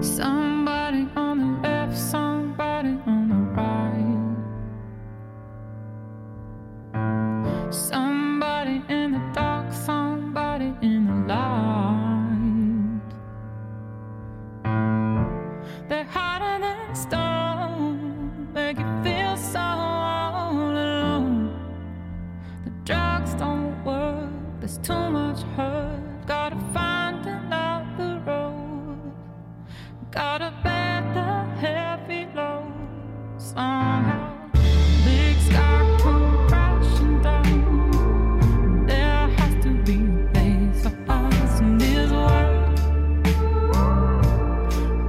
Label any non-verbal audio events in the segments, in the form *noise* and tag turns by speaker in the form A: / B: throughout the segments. A: Somebody on the left, somebody on the right. Somebody in the dark, somebody in the light. They're hotter than stone, make you feel so all alone. The drugs don't work, there's too much hurt. Gotta find another road. Gotta bear the heavy load somehow. Big sky come crashing down. There has to be a place for us in this world.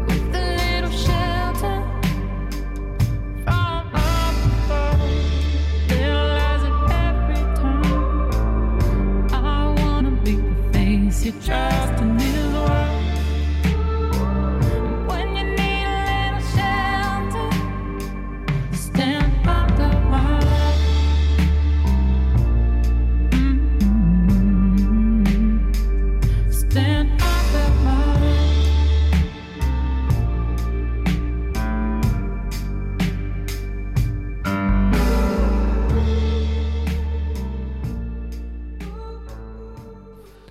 A: With a little shelter from up above. Realizing every time I wanna be the face you trust in this world. And When you need a little shelter, stand by the wall. Mm-hmm. Stand by the wall.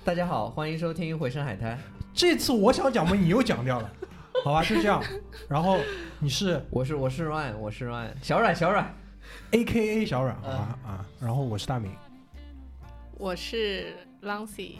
B: 大家好，欢迎收听《回声海滩》，
C: 这次我想讲嘛，你又讲 *laughs* 掉了，好吧？是这样，然后你是
B: 我是我是 Ryan，我是 Ryan，小阮小阮，
C: A K A 小阮，好吧？啊，然后我是大明，
D: 我是 Lancy，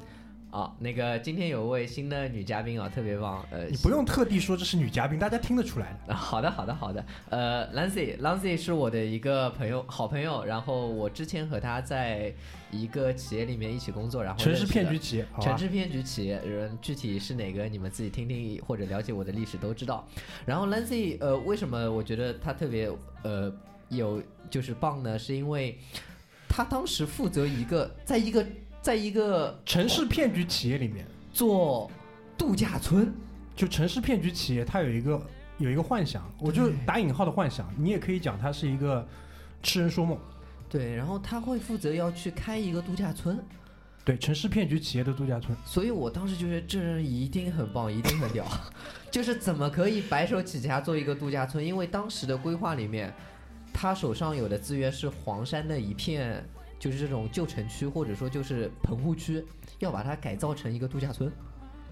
B: 啊，那个今天有位新的女嘉宾啊，特别棒，呃，
C: 你不用特地说这是女嘉宾，大家听得出来的。
B: 啊，好的，好的，好的。呃，Lancy Lancy 是我的一个朋友，好朋友。然后我之前和他在一个企业里面一起工作，然后
C: 全
B: 认
C: 是
B: 识
C: 骗
B: 的
C: 局。集，好
B: 全
C: 吧？
B: 是骗局企业，人具体是哪个，你们自己听听或者了解我的历史都知道。然后 Lancy，呃，为什么我觉得他特别呃有就是棒呢？是因为他当时负责一个，在一个在一个
C: 城市骗局企业里面，
B: 做度假村，
C: 就城市骗局企业，它有一个有一个幻想，我就打引号的幻想，你也可以讲它是一个痴人说梦。
B: 对，然后他会负责要去开一个度假村，
C: 对，城市骗局企业的度假村，
B: 所以我当时觉得这人一定很棒，一定很屌， *laughs* 就是怎么可以白手起家做一个度假村？因为当时的规划里面，他手上有的资源是黄山的一片，就是这种旧城区或者说就是棚户区，要把它改造成一个度假村。 *laughs*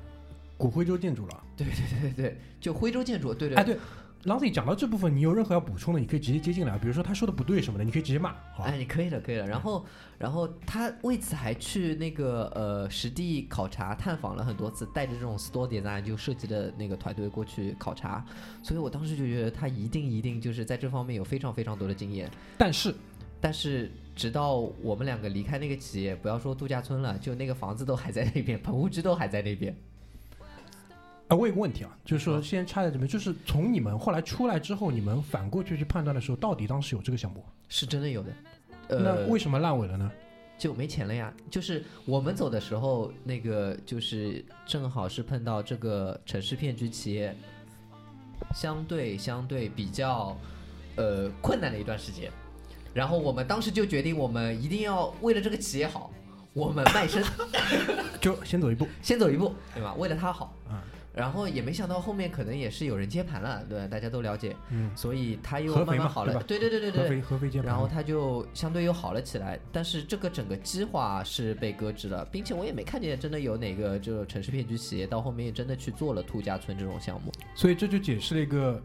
C: 骨灰洲建筑了。
B: 对对对，就徽州建筑，对对。
C: 哎，对。朗 y 讲到这部分，你有任何要补充的，你可以直接接进来。比如说他说的不对什么的，你可以直接骂，好吧？
B: 哎，你可以了，可以了。然后，然后他为此还去那个呃实地考察探访了很多次，带着这种 store design 就设计的那个团队过去考察。所以我当时就觉得他一定一定就是在这方面有非常非常多的经验。
C: 但是
B: 但是直到我们两个离开那个企业，不要说度假村了，就那个房子都还在那边， *laughs* 棚户区都还在那边。
C: 啊，我有个问题啊，就
B: 嗯
C: 是说先插在这边，就是从你们后来出来之后，你们反过去去判断的时候，到底当时有这个项目，
B: 是真的有的。
C: 那
B: 呃，
C: 为什么烂尾了呢？
B: 就没钱了呀。就是我们走的时候，那个就是正好是碰到这个城市骗局企业相对相对比较呃困难的一段时间。然后我们当时就决定，我们一定要为了这个企业好，我们卖身 *laughs*
C: 就先走一步，
B: 先走一步，对吧？为了它好。
C: 嗯
B: 然后也没想到后面可能也是有人接盘了，对吧，大家都了解，
C: 嗯，
B: 所以他又
C: 合肥
B: 哎慢慢
C: 嘛
B: 好
C: 对
B: 了
C: 吧，
B: 对对对对对，
C: 合肥合肥建盘，
B: 然后它就相对又好了起来，但是这个整个计划是被搁置了，并且我也没看见真的有哪个这种城市骗局企业到后面真的去做了度假村这种项目。
C: 所以这就解释了一个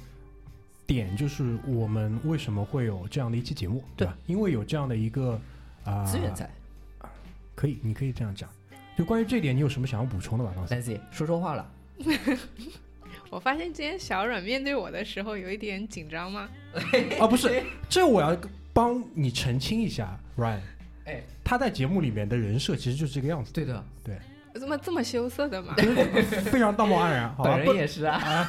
C: 点，就是我们为什么会有这样的一期节目，对吧？因为有这样的一个啊、
B: 资源在
C: 可以，你可以这样讲。就关于这点，你有什么想要补充的吗？当时
B: Nancy 说说话了，
D: 我发现今天小阮面对我的时候有一点紧张吗？
C: 啊，不是，这我要帮你澄清一下，Ryan，
B: 哎，
C: 他在节目里面的人设其实就是这个样子，
B: 对的，
D: 怎么这么羞涩的 *laughs* 吗？
C: *laughs* 非常道貌岸然，好吧？
B: 本
C: 不
B: 人也是啊，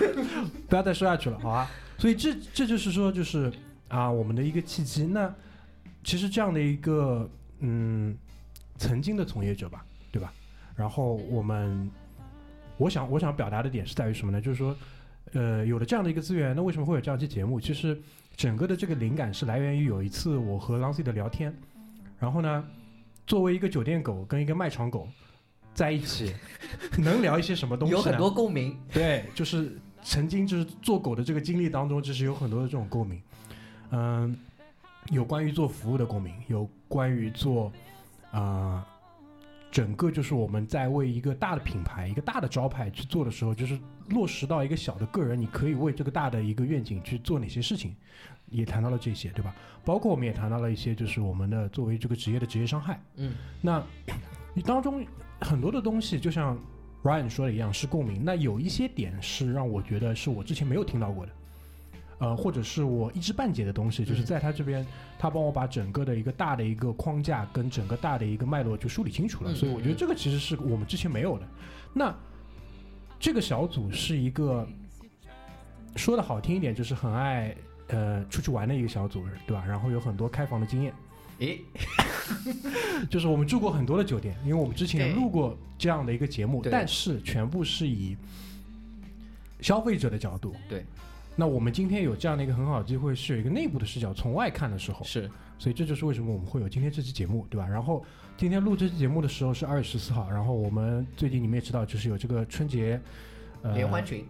C: 不要再说下去了，好吧？所以这这就是说，就是啊，我们的一个契机。那其实这样的一个嗯，曾经的从业者吧，对吧？然后我们，我想我想表达的点是在于什么呢？就是说，呃，有了这样的一个资源，那为什么会有这样一期节目？其实整个的这个灵感是来源于有一次我和 Lancy 的聊天，然后呢，作为一个酒店狗跟一个卖场狗在一起，能聊一些什么东西呢？
B: 有很多共鸣，
C: 对，就是曾经就是做狗的这个经历当中，就是有很多的这种共鸣，嗯，有关于做服务的共鸣，有关于做啊、呃整个就是我们在为一个大的品牌、一个大的招牌去做的时候，就是落实到一个小的个人，你可以为这个大的一个愿景去做哪些事情，也谈到了这些，对吧？包括我们也谈到了一些，就是我们的作为这个职业的职业伤害。
B: 嗯，
C: 那你当中很多的东西，就像 Ryan 说的一样，是共鸣。那有一些点是让我觉得是我之前没有听到过的，呃，或者是我一知半解的东西，就是
B: 嗯
C: 在他这边，他帮我把整个的一个大的一个框架跟整个大的一个脉络就梳理清楚了。
B: 嗯
C: 所以我觉得
B: 嗯嗯
C: 这个其实是我们之前没有的。那这个小组是一个说的好听一点，就是很爱呃出去玩的一个小组，对吧？然后有很多开房的经验。
B: 诶，
C: 就是我们住过很多的酒店，因为我们之前
D: 对
C: 录过这样的一个节目，
B: 对
C: 但是全部是以消费者的角度。
B: 对，
C: 那我们今天有这样的一个很好的机会，是有一个内部的视角从外看的时候，
B: 是，
C: 所以这就是为什么我们会有今天这期节目，对吧？然后今天录这期节目的时候是二月十四号，然后我们最近你们也知道，就是有这个春节。呃，
B: 连环群、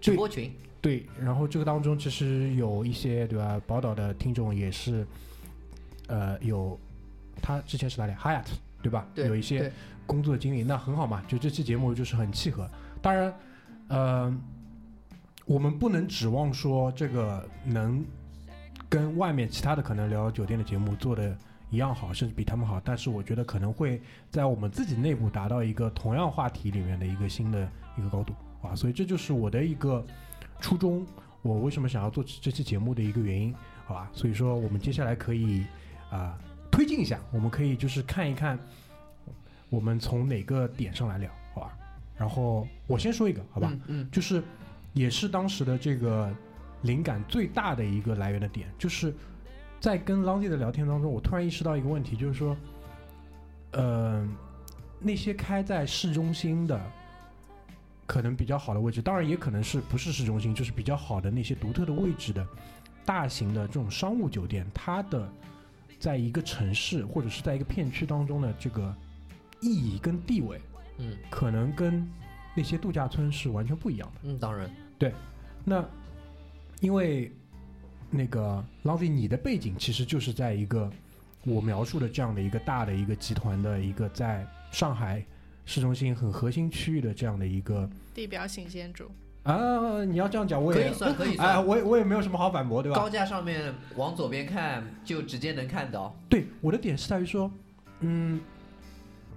B: 直播群，
C: 对，然后这个当中其实有一些对吧，宝岛的听众也是，呃，有他之前是哪里 Hyatt 对吧？
B: 对，
C: 有一些
B: 对
C: 工作经历，那很好嘛，就这期节目就是很契合。当然，呃，我们不能指望说这个能跟外面其他的可能聊酒店的节目做的一样好，甚至比他们好，但是我觉得可能会在我们自己内部达到一个同样话题里面的一个新的一个高度啊，所以这就是我的一个初衷，我为什么想要做这期节目的一个原因，好吧？所以说我们接下来可以啊、推进一下，我们可以就是看一看我们从哪个点上来聊，好吧？然后我先说一个，好吧？
B: 嗯嗯，
C: 就是也是当时的这个灵感最大的一个来源的点，就是在跟 l o n g y 的聊天当中，我突然意识到一个问题，就是说，呃，那些开在市中心的。可能比较好的位置，当然也可能是不是市中心，就是比较好的那些独特的位置的大型的这种商务酒店，它的在一个城市或者是在一个片区当中的这个意义跟地位，
B: 嗯，
C: 可能跟那些度假村是完全不一样的。
B: 嗯，当然，
C: 那因为那个 l o n z y 你的背景其实就是在一个我描述的这样的一个大的一个集团的一个在上海市中心很核心区域的这样的一个
D: 地标性建筑，
C: 啊，你要这样讲，我
B: 可
C: 也
B: 以算，可以
C: 哎，
B: 算。
C: 我也我也没有什么好反驳，对吧？
B: 高架上面往左边看，就直接能看到。
C: 对，我的点是在于说，嗯，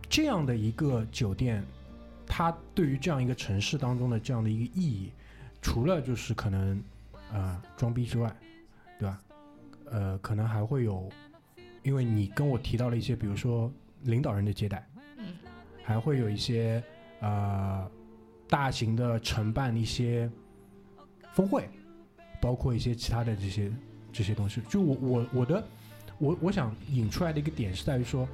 C: 这样的一个酒店，它对于这样一个城市当中的这样的一个意义，除了就是可能呃装逼之外，对吧？呃，可能还会有，因为你跟我提到了一些，比如说领导人的接待，
D: 嗯，
C: 还会有一些呃大型的承办一些峰会，包括一些其他的这些这些东西。就我我我的我我想引出来的一个点是在于说，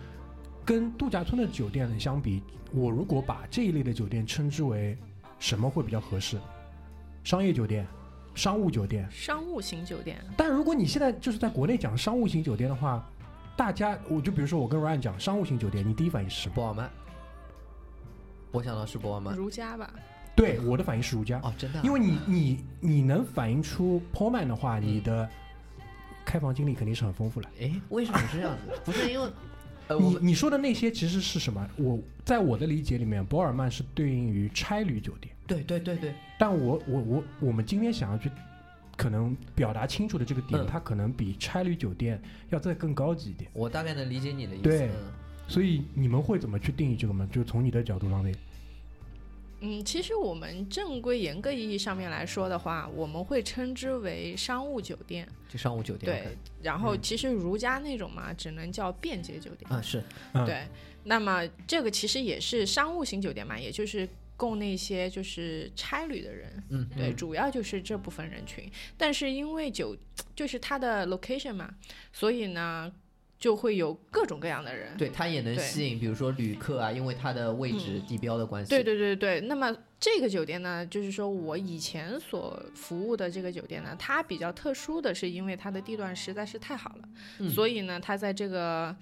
C: 跟度假村的酒店相比，我如果把这一类的酒店称之为什么会比较合适？商业酒店、商务酒店。
D: 商务型酒店，
C: 但如果你现在就是在国内讲商务型酒店的话，大家我就比如说我跟 Ryan 讲商务型酒店，你第一反应是什么？
B: 博尔曼，我想到是博尔曼。
D: 如家吧，
C: 对，我的反应是如家。
B: 哦，真的啊、
C: 因为你你你能反映出 p o m a n 的话，你的开房经历肯定是很丰富了。
B: 哎，为什么是这样子？不是
C: *laughs*
B: 因为，呃，我
C: 你
B: 们
C: 你说的那些其实是什么？我在我的理解里面，博尔曼是对应于差旅酒店，
B: 对对对对，
C: 但我我我我们今天想要去可能表达清楚的这个点，
B: 嗯
C: 它可能比差旅酒店要再更高级一点。
B: 我大概能理解你的意思。
C: 对
B: 嗯
C: 所以你们会怎么去定义这个吗？就从你的角度上面，
D: 嗯，其实我们正规严格意义上面来说的话，我们会称之为商务酒店，
B: 就商务酒店。
D: 对。然后其实如家那种嘛，只能叫便捷酒店
B: OK，啊是，
C: 嗯
D: 对，那么这个其实也是商务型酒店嘛，也就是供那些就是差旅的人，
B: 嗯，
D: 对，
B: 嗯，
D: 主要就是这部分人群。但是因为酒就是它的 location 嘛，所以呢，就会有各种各样的人。
B: 对，它也能
D: 对嗯
B: 吸引，比如说旅客啊，因为它的位置、地标的关系。
D: 对对对对，那么这个酒店呢，就是说我以前所服务的这个酒店呢，它比较特殊的是，因为它的地段实在是太好了，
B: 嗯
D: 所以呢，它在这个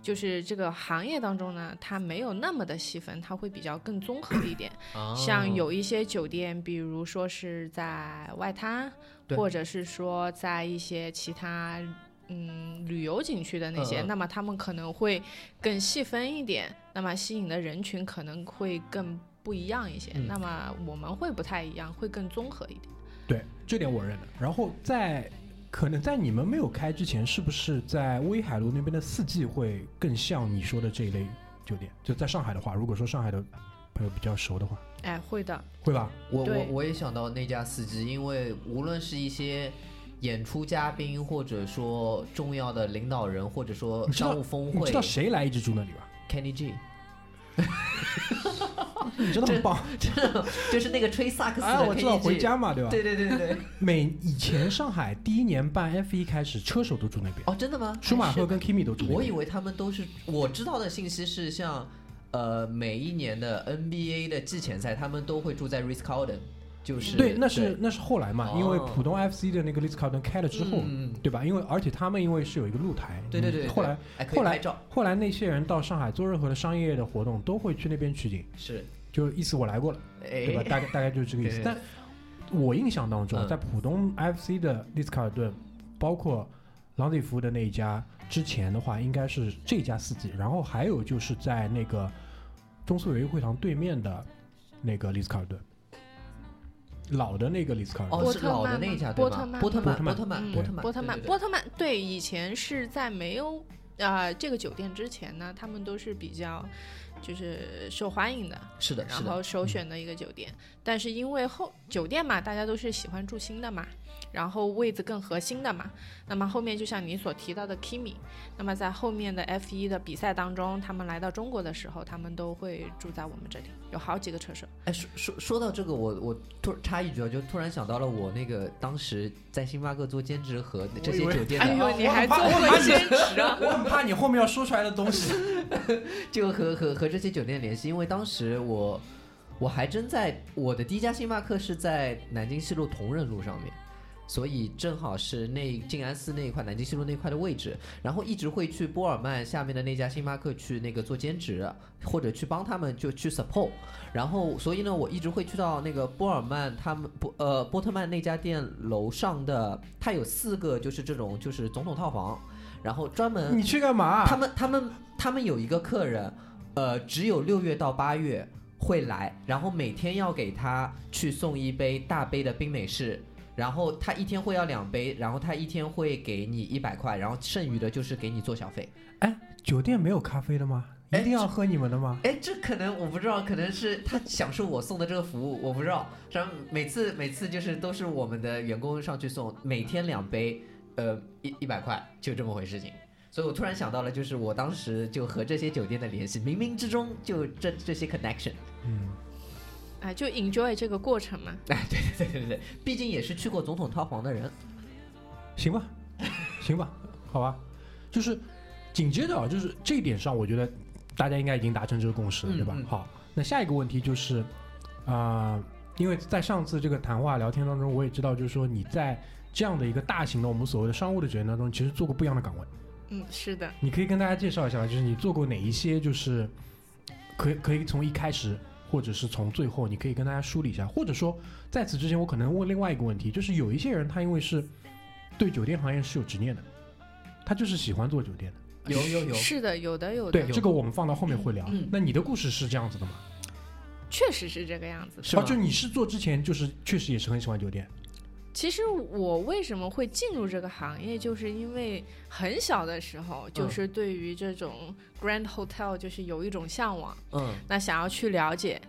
D: 就是这个行业当中呢，它没有那么的细分，它会比较更综合一点。
B: 啊，
D: 像有一些酒店，比如说是在外滩，
B: 对
D: 或者是说在一些其他嗯旅游景区的那些，
B: 嗯嗯
D: 那么他们可能会更细分一点，那么吸引的人群可能会更不一样一些。
B: 嗯
D: 那么我们会不太一样，会更综合一点。
C: 对，这点我认了。然后在可能在你们没有开之前，是不是在威海路那边的四季会更像你说的这一类酒店？就在上海的话，如果说上海的朋友比较熟的话，
D: 哎，会的，
C: 会吧？
B: 我我
D: 对
B: 我也想到那家四季，因为无论是一些演出嘉宾，或者说重要的领导人，或者说
C: 你知道
B: 商务呃峰
C: 你
B: 会
C: 知道谁来一直住那里吧？
B: ，Kenny G， *laughs*
C: 你真的很棒！
B: 就是那个吹萨克斯的 Kenny
C: 哎，
B: G。
C: 我知道回。家嘛，对吧？
B: 对对对对。 *laughs*
C: 每以前上海第一年办 F 一开始，车手都住那边，
B: 哦，真的吗？
C: 舒马赫跟 Kimi 都住那边。
B: 我以为他们都是我知道的信息是像，呃，每一年的 NBA 的季前赛，他们都会住在 Ritz Carlton，就是
C: 对，那是那是后来嘛，因为
B: 哦
C: 浦东 FC 的那个 Ritz Carlton 开了之
B: 嗯
C: 后，
B: 嗯嗯
C: 对吧？因为而且他们因为是有一个露台，
B: 对对对
C: 嗯
B: 对
C: 后来
B: 哎可以
C: 后来
B: 拍照
C: 后来那些人到上海做任何的商业的活动，都会去那边取景，
B: 是，
C: 就意思我来过了，对吧？
B: 哎，
C: 大概大概就是这个意思
B: 对。
C: 但我印象当中，
B: 嗯
C: 在浦东 FC 的 Ritz Carlton，包括朗里夫的那一家之前的话，应该是这家四季，然后还有就是在那个中苏友谊会堂对面的那个 Ritz Carlton，老的那个 Ritz Carlton。
B: 哦，
D: 波
B: 是
D: 特
B: 老的
D: 曼
B: 那
D: 吗
B: 一家对
D: 波
B: 吧
D: 特？曼
B: 波特
C: 吗
B: 曼，波特
D: 嗯
B: 曼，波特曼，
D: 波特曼，
B: 对对对
D: 波特曼，对，以前是在没有呃这个酒店之前呢，他们都是比较就是受欢迎的。
B: 是的，嗯
D: 然
B: 是
D: 后
B: 的，
D: 首选的一个酒店。但是因为后酒店嘛，大家都是喜欢住新的嘛，然后位置更核心的嘛。那么后面就像你所提到的 Kimi，那么在后面的 F 1的比赛当中，他们来到中国的时候，他们都会住在我们这里，有好几个车手。
B: 哎，说说说到这个，我我突然插一句啊，就突然想到了我那个当时在星巴克做兼职和这些
C: 我以为
B: 酒店
D: 哎
B: 的，
D: 呦，你还
C: 我
D: 做
C: 怕我怕
D: 过
C: 你
D: 兼职啊？ *laughs*
C: 我很怕你后面要说出来的东西。
B: 就和和和这些酒店联系，因为当时我我还真在我的第一家星巴克是在南京西路同仁路上面，所以正好是那静安寺那一块南京西路那一块的位置，然后一直会去波尔曼下面的那家星巴克去那个做兼职，或者去帮他们就去 support，然后所以呢，我一直会去到那个波尔曼他们波呃波特曼那家店楼上的，它有四个就是这种就是总统套房，然后专门
C: *laughs* 你去干嘛？
B: 他们他们他们有一个客人，呃，只有六月到八月会来，然后每天要给他去送一杯大杯的冰美式。然后他一天会要两杯，然后他一天会给你一百块，然后剩余的就是给你做小费。
C: 酒店没有咖啡的吗？一
B: 哎
C: 定要喝你们的吗？
B: 哎，这可能我不知道，可能是他享受我送的这个服务，我不知道。然后每次每次就是都是我们的员工上去送，每天两杯，呃，一一百块，就这么回事情。所以我突然想到了，就是我当时就和这些酒店的联系，冥冥之中就这这些 connection。 *laughs*
C: 嗯，
D: 哎，就 enjoy 这个过程嘛。
B: 哎，对对对对对，毕竟也是去过总统套房的人。
C: 行吧， *laughs* 行吧，好吧。就是紧接着啊，就是这一点上，我觉得大家应该已经达成这个共识了，
B: 嗯
C: 对吧？
B: 嗯
C: 好，那下一个问题就是，啊、因为在上次这个谈话聊天当中，我也知道，就是说你在这样的一个大型的我们所谓的商务的酒店当中，其实做过不一样的岗位。
D: 嗯，是的。
C: 你可以跟大家介绍一下吗，就是你做过哪一些，就是可以可以从一开始，或者是从最后，你可以跟大家梳理一下。或者说，在此之前，我可能问另外一个问题，就是有一些人他因为是对酒店行业是有执念的，他就是喜欢做酒店的。
B: 有有有，
D: 是的，有的有的
C: 对，，这个我们放到后面会聊。
B: 嗯
C: 那你的故事是这样子的吗？
D: 确实是这个样子。
B: 是
C: 哦，
B: 吗
C: 就你是做之前，就是确实也是很喜欢酒店。
D: 其实我为什么会进入这个行业，就是因为很小的时候，就是对于这种 grand hotel 就是有一种向往，
B: 嗯
D: 那想要去了解。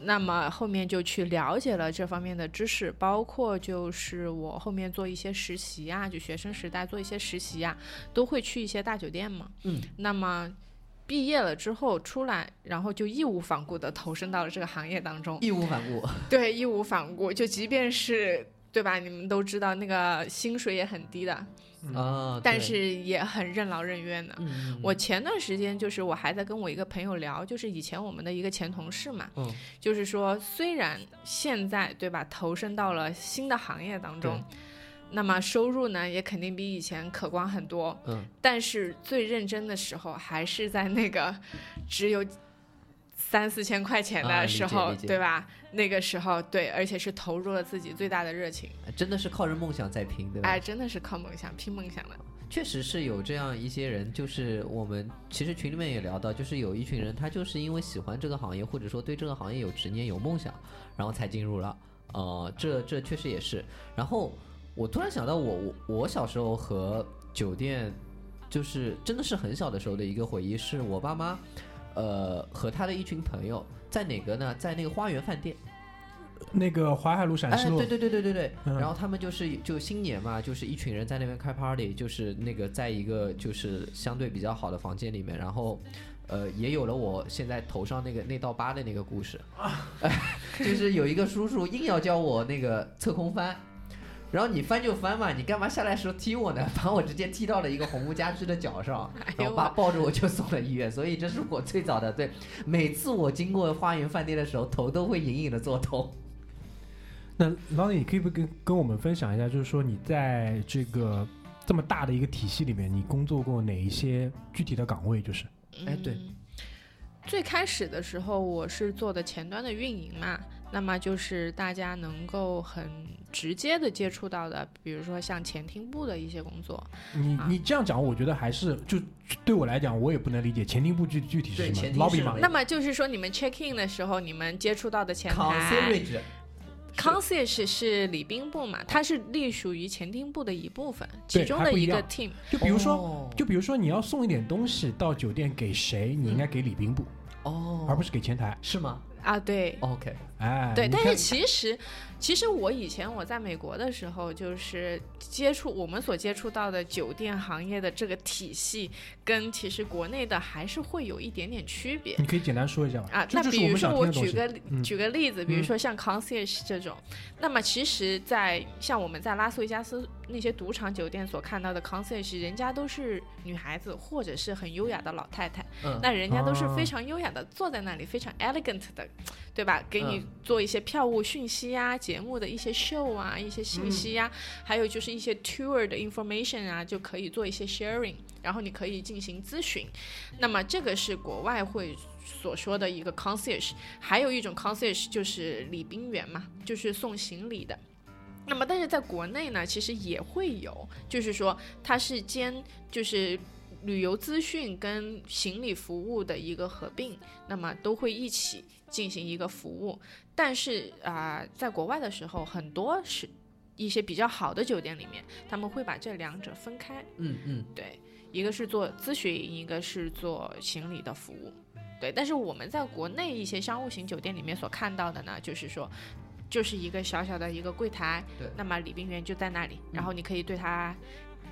D: 那么后面就去了解了这方面的知识，包括就是我后面做一些实习啊，就学生时代做一些实习啊，都会去一些大酒店嘛。
B: 嗯，
D: 那么毕业了之后出来，然后就义无反顾地投身到了这个行业当中。
B: 义无反顾。
D: 对，义无反顾，就即便是对吧？你们都知道那个薪水也很低的，
B: 啊，
D: 嗯但
B: 对
D: 是也很任劳任怨的。
B: 嗯嗯
D: 我前段时间就是我还在跟我一个朋友聊，就是以前我们的一个前同事嘛，
B: 嗯
D: 就是说虽然现在对吧投身到了新的行业当中，那么收入呢也肯定比以前可观很多，
B: 嗯
D: 但是最认真的时候还是在那个 *laughs* 只有三四千块钱
B: 啊
D: 的
B: 理
D: 时
B: 解
D: 候，
B: 理解
D: 对吧？那个时候对，而且是投入了自己最大的热情，
B: 嗯，真的是靠着梦想在拼，对吧？
D: 哎，真的是靠梦想拼梦想的，
B: 确实是有这样一些人，就是我们其实群里面也聊到，就是有一群人，他就是因为喜欢这个行业，或者说对这个行业有执念、有梦想，然后才进入了。呃，这这确实也是。然后我突然想到我，我我小时候和酒店，就是真的是很小的时候的一个回忆，是我爸妈，呃，和他的一群朋友在哪个呢？在那个花园饭店。
C: 那个淮海路陕西
B: 哎，
C: 路
B: 对，对对对对对。
C: 嗯
B: 然后他们就是就新年嘛，就是一群人在那边开 party，就是那个在一个就是相对比较好的房间里面，然后。呃，也有了我现在头上那个那道疤的那个故事， *laughs* 就是有一个叔叔硬要教我那个侧空翻，然后你翻就翻嘛，你干嘛下来的时候踢我呢？ *laughs* 把我直接踢到了一个红木家具的脚上，然后爸抱着我就送了医院，所以这是我最早的对。每次我经过花园饭店的时候，头都会隐隐的作痛。
C: 那老李，你可以不跟跟我们分享一下，就是说你在这个这么大的一个体系里面，你工作过哪一些具体的岗位？就是
B: 哎对
D: 嗯。最开始的时候，我是做的前端的运营嘛，那么就是大家能够很直接的接触到的，比如说像前厅部的一些工作，
C: 你
D: 啊
C: 你这样讲，我觉得还是就对我来讲，我也不能理解前厅部具具体是
B: 对
C: 什
B: 前
C: 么
B: 厅
C: 老比
B: 是
C: 嘛
B: 哎。
D: 那么就是说你们 check in 的时候，你们接触到的前
B: c o n s e r
D: 台
B: a g e
D: concierge 是礼宾部嘛，它是隶属于前厅部的一部分，
C: 对
D: 其中
C: 还
D: 的
C: 不一
D: 一个
C: 样
D: team。
C: 就比如说，
D: 哦
C: 就比如说你要送一点东西到酒店给谁，你应该给礼宾部，
B: 哦，
D: 嗯
C: 而不是给前台。
B: 是吗
D: 啊，对，
B: ？OK，
C: 哎，
D: 对，
C: 你
D: 但
C: 看
D: 是其实，其实我以前我在美国的时候，就是接触我们所接触到的酒店行业的这个体系，跟其实国内的还是会有一点点区别。
C: 你可以简单说一下吧。
D: 啊，
C: 这
D: 那
C: 这是
D: 比
C: 我
D: 如
C: 们想
D: 说
C: 听
D: 我
C: 的东
D: 举
C: 西。
D: 个例
C: 嗯
D: 举个例子，比如
C: 嗯
D: 说像 concierge 这种，那么其实在，像我们在拉斯维加斯那些赌场酒店所看到的 concierge，人家都是女孩子或者是很优雅的老太太，
B: 嗯，
D: 那人家都是
C: 啊
D: 非常优雅的坐在那里，非常 elegant 的，对吧？给你
B: 嗯
D: 做一些票务讯息啊、节目的一些 show 啊、一些信息啊，还有就是一些 tour 的 information 啊，就可以做一些 sharing，然后你可以进行咨询。那么这个是国外会所说的一个 concierge，还有一种 concierge 就是礼宾员嘛，就是送行李的。那么，但是在国内呢，其实也会有，就是说它是兼就是旅游资讯跟行李服务的一个合并，那么都会一起进行一个服务。但是啊、在国外的时候，很多是一些比较好的酒店里面，他们会把这两者分开，
B: 嗯嗯，
D: 对，一个是做咨询，一个是做行李的服务。对，但是我们在国内一些商务型酒店里面所看到的呢，就是说，就是一个小小的一个柜台，
B: 对
D: 那么礼宾员就在那里，然后你可以对他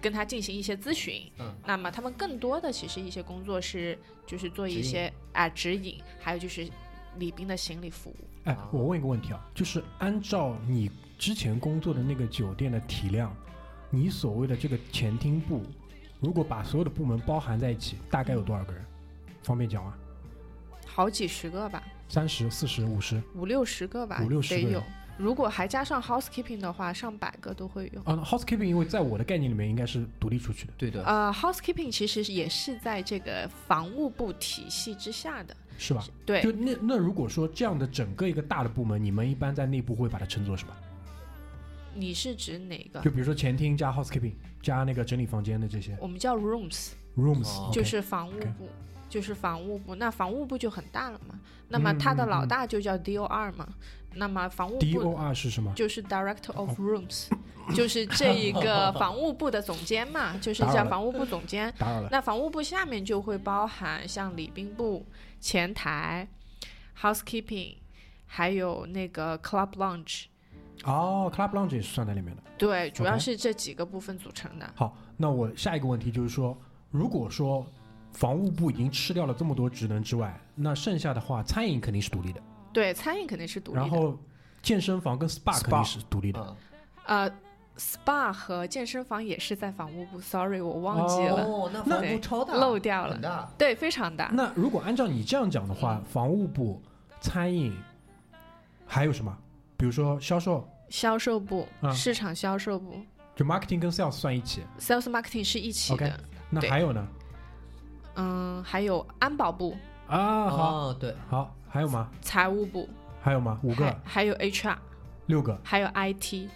D: 跟他进行一些咨询，
B: 嗯，
D: 那么他们更多的其实一些工作是就是做
B: 指
D: 一
B: 引
D: 些啊、指引，还有就是礼宾的行李服务。
C: 哎，我问一个问题啊，就是按照你之前工作的那个酒店的体量，你所谓的这个前厅部，如果把所有的部门包含在一起，大概有多少个人？方便讲吗？
D: 好几十个吧，
C: 三十、四十、五十？
D: 五六十个吧，
C: 五六十
D: 得
C: 个
D: 有。如果还加上 housekeeping 的话，上百个都会有。
C: 啊，housekeeping，因为在我的概念里面应该是独立出去的。
B: 对的，
D: 呃，housekeeping 其实也是在这个房务部体系之下的，
C: 是吧？
D: 对
C: 就，那那如果说这样的整个一个大的部门，你们一般在内部会把它称作什么？
D: 你是指哪个
C: 就？比如说前厅加 housekeeping 加那个整理房间的这些
D: 我们叫 rooms，
C: rooms，、
B: 哦 OK
D: 哦就是房务
C: OK
D: 部，就是房务部。那房务部就很大了嘛，那么它
C: 嗯
D: 的
C: 嗯
D: 老
C: 嗯
D: 大就叫 DOR 嘛，那么房务
C: D O
D: 部
C: R Oh 是什么？
D: 就是 Director of Rooms，就是这一
C: *laughs*
D: 个房务部的总监嘛，就是
C: 打扰
D: 叫
C: 了
D: 房务部总监。
C: 打扰了，
D: 那房务部下面就会包含像礼宾部、前台、housekeeping，还有那个 club lounge。
C: 哦，club lounge 也是算在里面的。
D: 对，主要
C: OK
D: 是这几个部分组成的。
C: 好，那我下一个问题就是说，如果说防务部已经吃掉了这么多职能之外，那剩下的话，餐饮肯定是独立的，
D: 对，餐饮肯定是独立的。
C: 然后健身房跟 SPA
B: SPA
D: 哦
C: 肯定是独立的。
B: 嗯
D: 呃， SPA 和健身房也是在房务部，sorry，我忘记了。
B: 哦，那房屋
D: 对
B: 超大，
D: 漏掉
B: 很
D: 了，
B: 大。
D: 对，非常大。
C: 那如果按照你这样讲的话，房务部、餐饮还有什么？比如说销售，
D: 销售部、
C: 嗯
D: 市场销售部、
C: 就 marketing 跟 sales 算一起，
D: sales marketing 是一起
C: OK
D: 的。
C: 那
D: 对
C: 还有呢？
D: 嗯，还有安保部、
C: 啊，好
B: 哦，对，
C: 好，还有吗？
D: 财务部，
C: 还有吗？五
D: 还
C: 个、
D: 还有 HR，
C: 六个、
D: 还有 IT，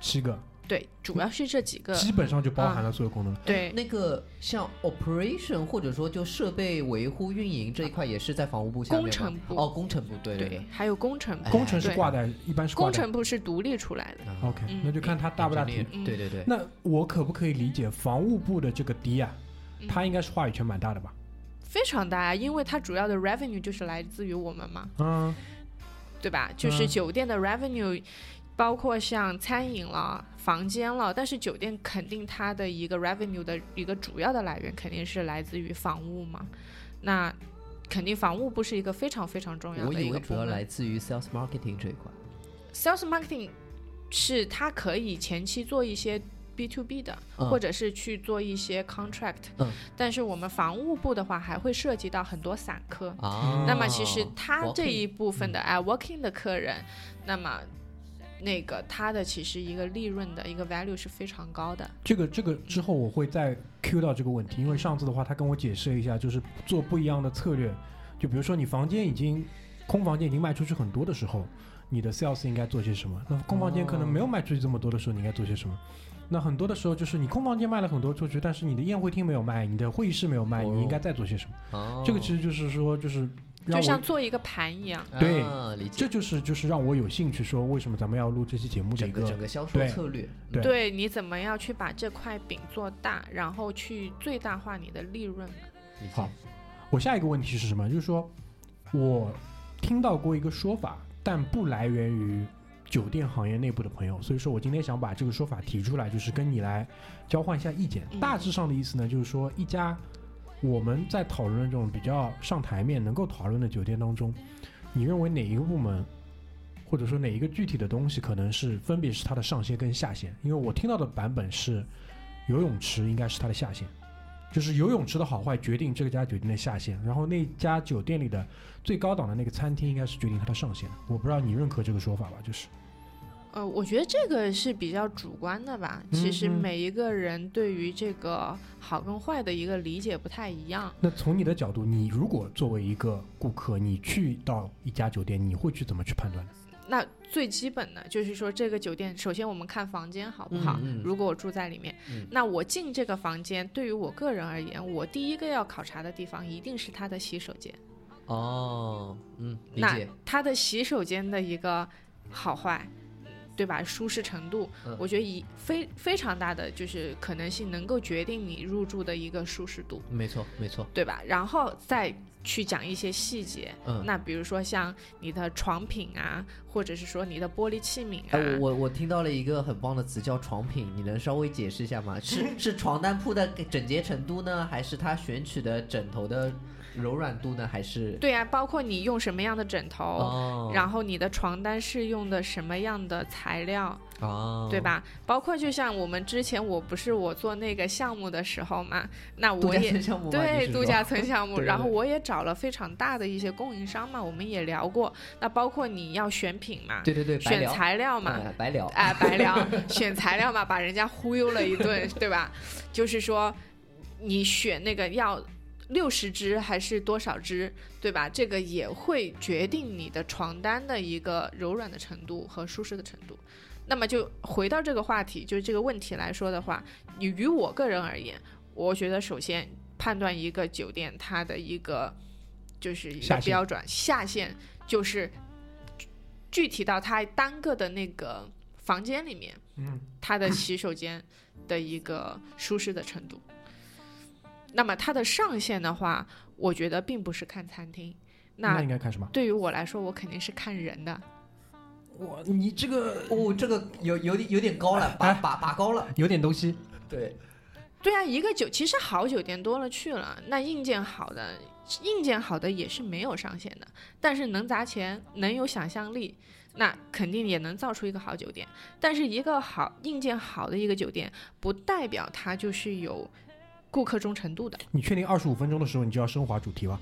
C: 七个，
D: 对，主要是这几个。
C: 基本上就
D: 嗯
C: 包含了所有功能了。
D: 对，
B: 那个像 operation 或者说就设备维护运营这一块也是在房屋部下面吗
D: 工程部
B: 哦，工程部对
D: 对
B: 对，
D: 还有工程部，
B: 哎
C: 工程是
D: 对
C: 挂在，一般是挂
D: 工
C: 在。
D: 程部是独立出来的。
B: 啊
C: OK，
D: 嗯
C: 那就看它大不大
B: 体
C: 体。？
D: 嗯
B: 对对对，
C: 那我可不可以理解防务部的这个 D 啊
D: 嗯？
C: 它应该是话语权蛮大的吧？
D: 非常大呀，啊因为它主要的 revenue 就是来自于我们嘛，
C: 嗯，
D: 对吧？就是
C: 嗯
D: 酒店的 revenue，包括像餐饮了、房间了，但是酒店肯定它的一个 revenue 的一个主要的来源肯定是来自于房务嘛，那肯定房务部是一个非常非常重要
B: 我
D: 的
B: 以
D: 一
B: 为
D: 个
B: 主
D: 部
B: 要
D: 门
B: 来。自于 sales marketing 这一块。
D: Sales marketing 是它可以前期做一些 B to B 的，
B: 嗯
D: 或者是去做一些 contract，、
B: 嗯
D: 但是我们房务部的话还会涉及到很多散客，
B: 啊，
D: 那么其实他这
B: walking
D: 一部分的哎 working 的客人，那么那个他的其实一个利润的一个 value 是非常高的。
C: 这个这个之后我会再 Q 到这个问题，因为上次的话他跟我解释了一下，就是做不一样的策略，就比如说你房间已经空房间已经卖出去很多的时候，你的 sales 应该做些什么？那空房间可能没有卖出去这么多的时候，你应该做些什么？那很多的时候就是你空房间卖了很多出去，但是你的宴会厅没有卖，你的会议室没有卖，
B: 哦
C: 你应该再做些什么？
B: 哦
C: 这个其实就是说就是让
D: 就像
C: 我。
D: 做一个盘一样，
C: 对
B: 啊理解
C: 这就是就是让我有兴趣说为什么咱们要录这期节目的
B: 整
C: 一
B: 个整个销售
C: 对
B: 策略。嗯
C: 对
D: 对你怎么样去把这块饼做大，然后去最大化你的利润嘛？
B: 理解
C: 好我下一个问题是什么？就是说我听到过一个说法，但不来源于酒店行业内部的朋友，所以说我今天想把这个说法提出来，就是跟你来交换一下意见。
D: 嗯
C: 大致上的意思呢，就是说一家我们在讨论这种比较上台面、能够讨论的酒店当中，你认为哪一个部门？或者说哪一个具体的东西可能是分别是它的上限跟下限，因为我听到的版本是游泳池应该是它的下限，就是游泳池的好坏决定这家酒店的下限，然后那家酒店里的最高档的那个餐厅应该是决定它的上限的。我不知道你认可这个说法吧？就是
D: 呃，我觉得这个是比较主观的吧。其实
C: 嗯嗯
D: 每一个人对于这个好跟坏的一个理解不太一样。
C: 那从你的角度，你如果作为一个顾客，你去到一家酒店，你会去怎么去判断呢？
D: 那最基本的就是说，这个酒店，首先我们看房间好不好？
B: 嗯嗯
D: 如果我住在里面，
B: 嗯
D: 那我进这个房间，对于我个人而言，我第一个要考察的地方一定是它的洗手间。
B: 哦，嗯，理
D: 那
B: 解。
D: 它的洗手间的一个好坏，对吧？舒适程度，
B: 嗯
D: 我觉得一非非常大的就是可能性能够决定你入住的一个舒适度，
B: 没错，没错，
D: 对吧？然后再去讲一些细节。
B: 嗯。
D: 那比如说像你的床品啊，或者是说你的玻璃器皿啊，
B: 哎，我我我听到了一个很棒的词叫床品，你能稍微解释一下吗？
D: *laughs*
B: 是是床单铺的整洁程度呢，还是它选取的枕头的柔软度呢，还是？
D: 对啊，包括你用什么样的枕头，
B: 哦，
D: 然后你的床单是用的什么样的材料，
B: 哦，
D: 对？吧？包括就像我们之前，我不是我做那个项目的时候嘛，那
B: 度
D: 我
B: 假
D: 也
B: 村项目吗
D: 对
B: 你是
D: 度
B: 说
D: 假村项
B: *laughs*
D: 目，
B: 对对
D: 然后
B: 对
D: 我也找了非常大的一些供应商嘛，我们也聊过，那包括你要选品嘛，
B: 对对对，白
D: 选
B: 聊
D: 材料嘛，
B: 哎白聊，
D: 哎，白聊 *laughs* 选材料嘛，把人家忽悠了一顿，对吧？就是说，你选那个要六十支还是多少支，对吧？这个也会决定你的床单的一个柔软的程度和舒适的程度。那么就回到这个话题，就是这个问题来说的话，你于我个人而言，我觉得首先判断一个酒店它的一个就是一
C: 下
D: 个
C: 限
D: 标准下限，就是具具体到它单个的那个房间里面，
C: 嗯，
D: 它的洗手间的一个舒适的程度。那么它的上限的话，我觉得并不是看餐厅，
C: 那
D: 那
C: 应该看什么？
D: 对于我来说，我肯定是看人的。
C: 我你这个 *laughs*
D: 哎
B: 哦，这个有有点有点高了，拔拔拔高了，
C: 有点东西。
B: 对，
D: 对啊，一个酒其实好酒店多了去了，那硬件好的，硬件好的也是没有上限的，但是能砸钱，能有想象力，那肯定也能造出一个好酒店。但是一个好硬件好的一个酒店，不代表它就是有顾客忠诚度的。
C: 你确定二十五分钟的时候你就要升华主 *laughs* 题吗？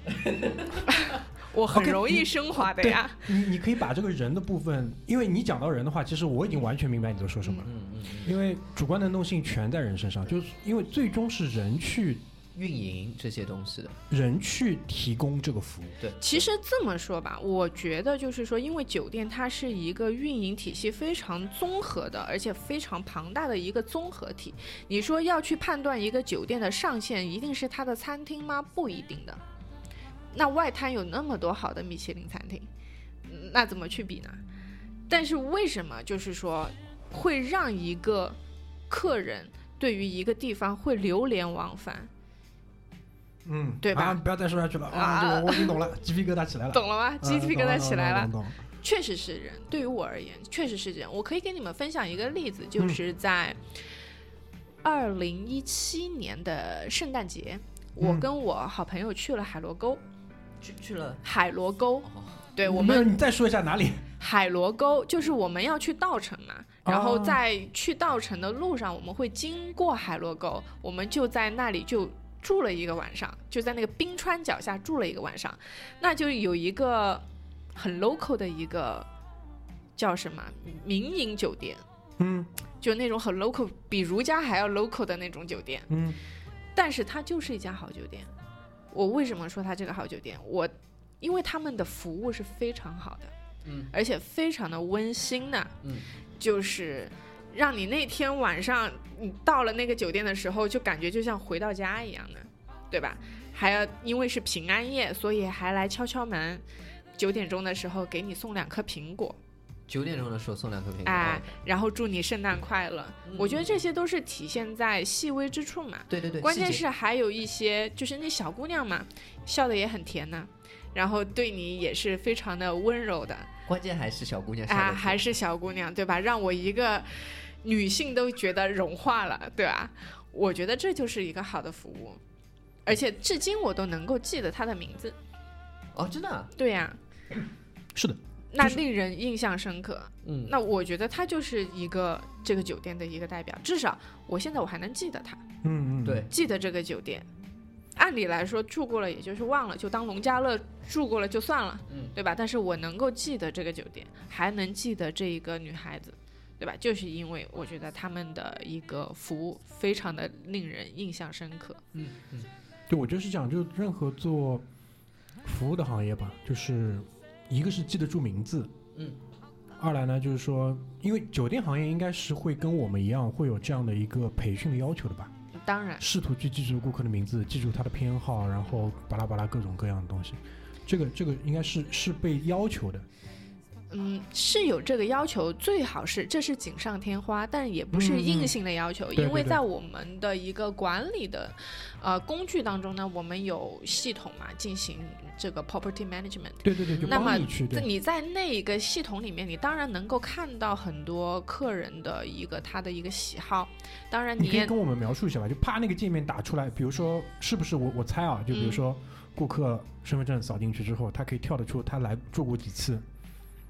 D: 我很
C: OK，
D: 容易升华的呀。
C: 你你可以把这个人的部分，因为你讲到人的话，其实我已经完全明白你在说什么了。
B: 嗯嗯嗯，
C: 因为主观能动性全在人身上，就是因为最终是人去
B: 运营这些东西的，
C: 人去提供这个服务。
B: 对，
D: 其实这么说吧，我觉得就是说，因为酒店它是一个运营体系非常综合的，而且非常庞大的一个综合体。你说要去判断一个酒店的上限，一定是它的餐厅吗？不一定的。那外滩有那么多好的米其林餐厅，嗯那怎么去比呢？但是为什么就是说会让一个客人对于一个地方会流连忘返？
C: 嗯，
D: 对吧
C: 啊、不要再说下去了啊！
D: 啊
C: 这个我已经懂
D: *laughs*
C: 了，鸡皮疙瘩起来了。嗯
D: 懂了吗？鸡皮疙瘩起来了
C: 啊。懂了。懂了懂了懂了
D: 确实是人，对于我而言，确实是人。我可以给你们分享一个例子，就是在二零一七年的圣诞节，我
C: 嗯
D: 跟我好朋友去了海螺沟。
B: 去去了，
D: 海螺沟，
B: 哦，
D: 对我
C: 没有，
D: 们
C: 你再说一下哪里？
D: 海螺沟就是我们要去稻城嘛，然后在去稻城的路上，我们会经过海螺沟，我们就在那里就住了一个晚上，就在那个冰川脚下住了一个晚上，那就有一个很 local 的一个叫什么民营酒店，
C: 嗯
D: 就那种很 local，比如家还要 local 的那种酒店，
C: 嗯，
D: 但是它就是一家好酒店。我为什么说它这个好酒店？我因为他们的服务是非常好的，
B: 嗯，
D: 而且非常的温馨的，
B: 嗯，
D: 就是让你那天晚上你到了那个酒店的时候，就感觉就像回到家一样的，对吧？还要因为是平安夜，所以还来敲敲门。九点钟的时候给你送两颗苹果，
B: 九点钟的时候送两颗苹果，
D: 哎
B: 哦，
D: 然后祝你圣诞快乐。
B: 嗯
D: 我觉得这些都是体现在细微之处嘛。
B: 对对对，
D: 关键
B: 细节
D: 是还有一些就是那小姑娘嘛，笑的也很甜呐、然后对你也是非常的温柔的
B: 关键还是小姑娘
D: 啊，还
B: 是
D: 是小姑娘对吧？让我一个女性都觉得融化了，对吧？我觉得这就是一个好的服务，而且至今我都能够记得她的名字，
B: 哦，真的啊，
D: 对呀、
C: 是的，
D: 那
C: 就是
D: 令人印象深刻。
B: 嗯，
D: 那我觉得她就是一个这个酒店的一个代表，至少我现在我还能记得她。
C: 嗯嗯，
B: 对，
D: 记得这个酒店。按理来说住过了，也就是忘了，就当农家乐住过了就算了，
B: 嗯
D: 对吧？但是我能够记得这个酒店，还能记得这一个女孩子，对吧？就是因为我觉得他们的一个服务非常的令人印象深刻。
B: 嗯嗯，
C: 对我就是讲，就任何做服务的行业吧，就是一个是记得住名字，
B: 嗯，
C: 二来呢就是说，因为酒店行业应该是会跟我们一样会有这样的一个培训的要求的吧，
D: 当然，
C: 试图去记住顾客的名字，记住他的偏好，然后巴拉巴拉各种各样的东西，这个这个应该是是被要求的，
D: 嗯，是有这个要求，最好是这是锦上添花，但也不是
C: 嗯嗯
D: 硬性的要求，
C: 对对
D: 因为
C: 对
D: 在我们的一个管理的呃工具当中呢，我们有系统嘛进行这个 property management。
C: 对对对，就
D: 那么
C: 帮你去
D: 在
C: 对，
D: 你在那一个系统里面，你当然能够看到很多客人的一个他的一个喜好，当然你
C: 你可以
D: 也
C: 跟我们描述一下吧，就啪那个界面打出来，比如说是不是我我猜啊，就比如
D: 嗯
C: 说顾客身份证扫进去之后，他可以跳得出他来住过几次。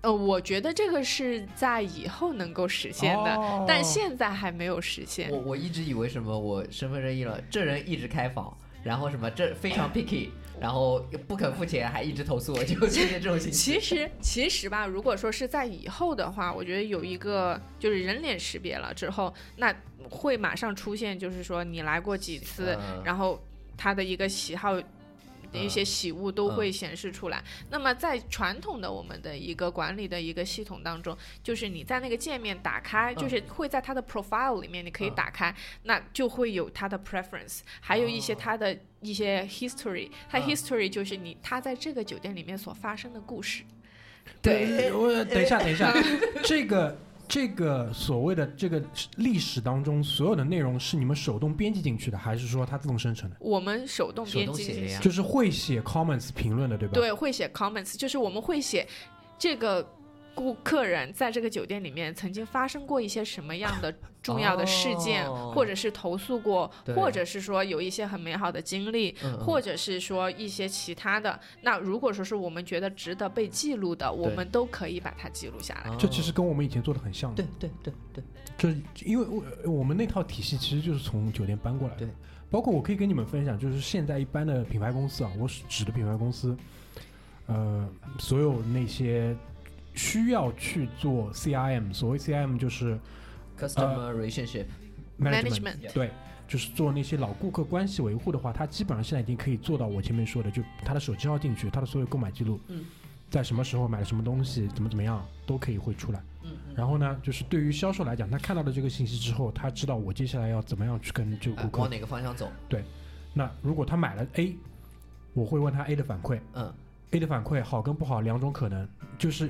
D: 呃，我觉得这个是在以后能够实现的，
C: 哦
D: 但现在还没有实现
B: 我。我一直以为什么我身份证一了，这人一直开房。然后什么这非常 picky，然后不肯付钱，还一直投诉我，就出现这种情
D: 其
B: 形。
D: 实，其实吧，如果说是在以后的话，我觉得有一个就是人脸识别了之后，那会马上出现，就是说你来过几 *laughs* 次，
B: 嗯
D: 然后他的一个喜好。的一些喜恶都会
B: 嗯
D: 显示出来。那么在传统的我们的一个管理的一个系统当中，就是你在那个界面打
B: 嗯
D: 开，就是会在它的 profile 里面，你可以
B: 嗯
D: 打开，那就会有它的 preference，还有一些
B: 哦
D: 它的一些 history。它
B: 嗯
D: history 就是你它在这个酒店里面所发生的故事。
C: 对，我等一下，等
D: *laughs*
C: 一下，这个这个所谓的这个历史当中所有的内容是你们手动编辑进去的，还是说它自动生成的？
D: 我们手动
B: 手
D: 编
B: 动
D: 辑
B: 写
D: 进
B: 的
D: 行
B: 呀嗯
C: 就是会写 comments 评论的，对吧？
D: 对，会写 comments，就是我们会写这个顾客人在这个酒店里面曾经发生过一些什么样
B: *laughs*
D: 的重要的事件，
B: 哦
D: 或者是投诉过
B: 对，
D: 或者是说有一些很美好的经历，
B: 嗯嗯
D: 或者是说一些其他的。那如果说是我们觉得值得被记录的，我
B: 对啊
D: 们都可以把它记录下来。
C: 这其实跟我们以前做的很像的。
B: 哦嗯对对对对，
C: 就是因为我我们那套体系其实就是从酒店搬过来的。
B: 对，
C: 包括我可以跟你们分享，就是现在一般的品牌公司啊，我指的品牌公司，呃，所有那些需要去做 CRM，所谓 CRM 就是
B: customer relationship，
D: Management
C: 对，就是做那些老顾客关系维护的话，他基本上现在已经可以做到我前面说的，就他的手机号进去，他的所有购买记录，
B: 嗯，
C: 在什么时候买了什么东西，怎么怎么样，都可以会出来。
B: 嗯嗯
C: 然后呢，就是对于销售来讲，他看到了这个信息之后，他知道我接下来要怎么样去跟这个
B: 呃
C: 顾
B: 往
C: 客。
B: 哪个方向走？
C: 那如果他买了 A，我会问他 A 的反馈
B: 嗯
C: ，A 的反馈好跟不好两种可能，就是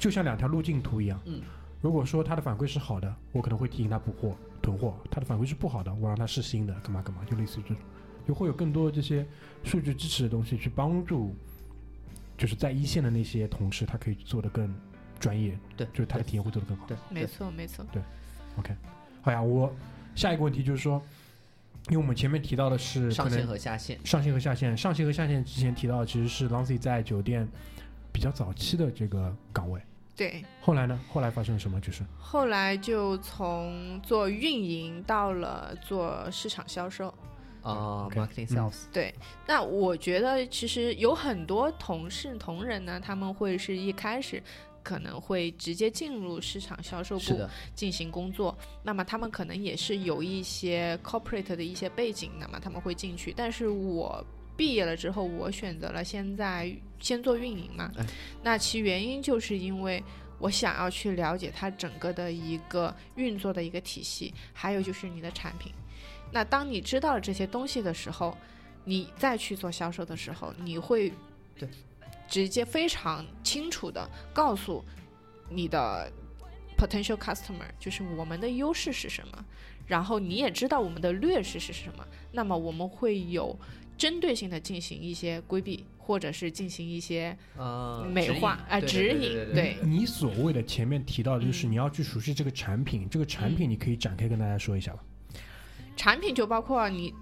C: 就像两条路径图一样。
B: 嗯，
C: 如果说他的反馈是好的，我可能会提醒他补货、囤货；他的反馈是不好的，我让他试新的，干嘛干嘛，就类似于这种，就会有更多这些数据支持的东西去帮助，就是在一线的那些同事，他可以做得更专业，
B: 对
C: 就是他的
B: 对
C: 体验会做得更好。
B: 对，
D: 没
B: 对
D: 错，没错。
C: 好呀，我下一个问题就是说，因为我们前面提到的是可
B: 上线
C: 能
B: 和下线，
C: 上线和下线，上线和下线之前提到的其实是 Lancy 在酒店比较早期的这个岗位，
D: 对，
C: 后来呢？后来发生了什么？就是
D: 后来就从做运营到了做市场销售。
B: 啊
C: OK，
B: marketing
C: 嗯
B: sales，
D: 那我觉得其实有很多同事同仁呢，他们会是一开始。可能会直接进入市场销售
B: 是
D: 部
B: 的，
D: 进行工作，那么他们可能也是有一些 corporate 的一些背景，那么他们会进去。但是我毕业了之后，我选择了现在先做运营嘛
B: 哎，
D: 那其原因就是因为我想要去了解它整个的一个运作的一个体系，还有就是你的产品。那当你知道了这些东西的时候，你再去做销售的时候，你会
B: 对
D: 直接非常清楚的告诉你的 potential customer，就是我们的优势是什么，然后你也知道我们的劣势是什么，那么我们会有针对性的进行一些规避，或者是进行一些
B: 呃，
D: 美
B: 指引
D: 化啊
B: 对
D: 指
B: 对对
D: 引
B: 对
D: 对
C: 你所谓的前面提到的，就是
D: 嗯
C: 你要去熟悉这个产品，这个产品你可以展开跟大家说一下吧。
D: 产品，就包括你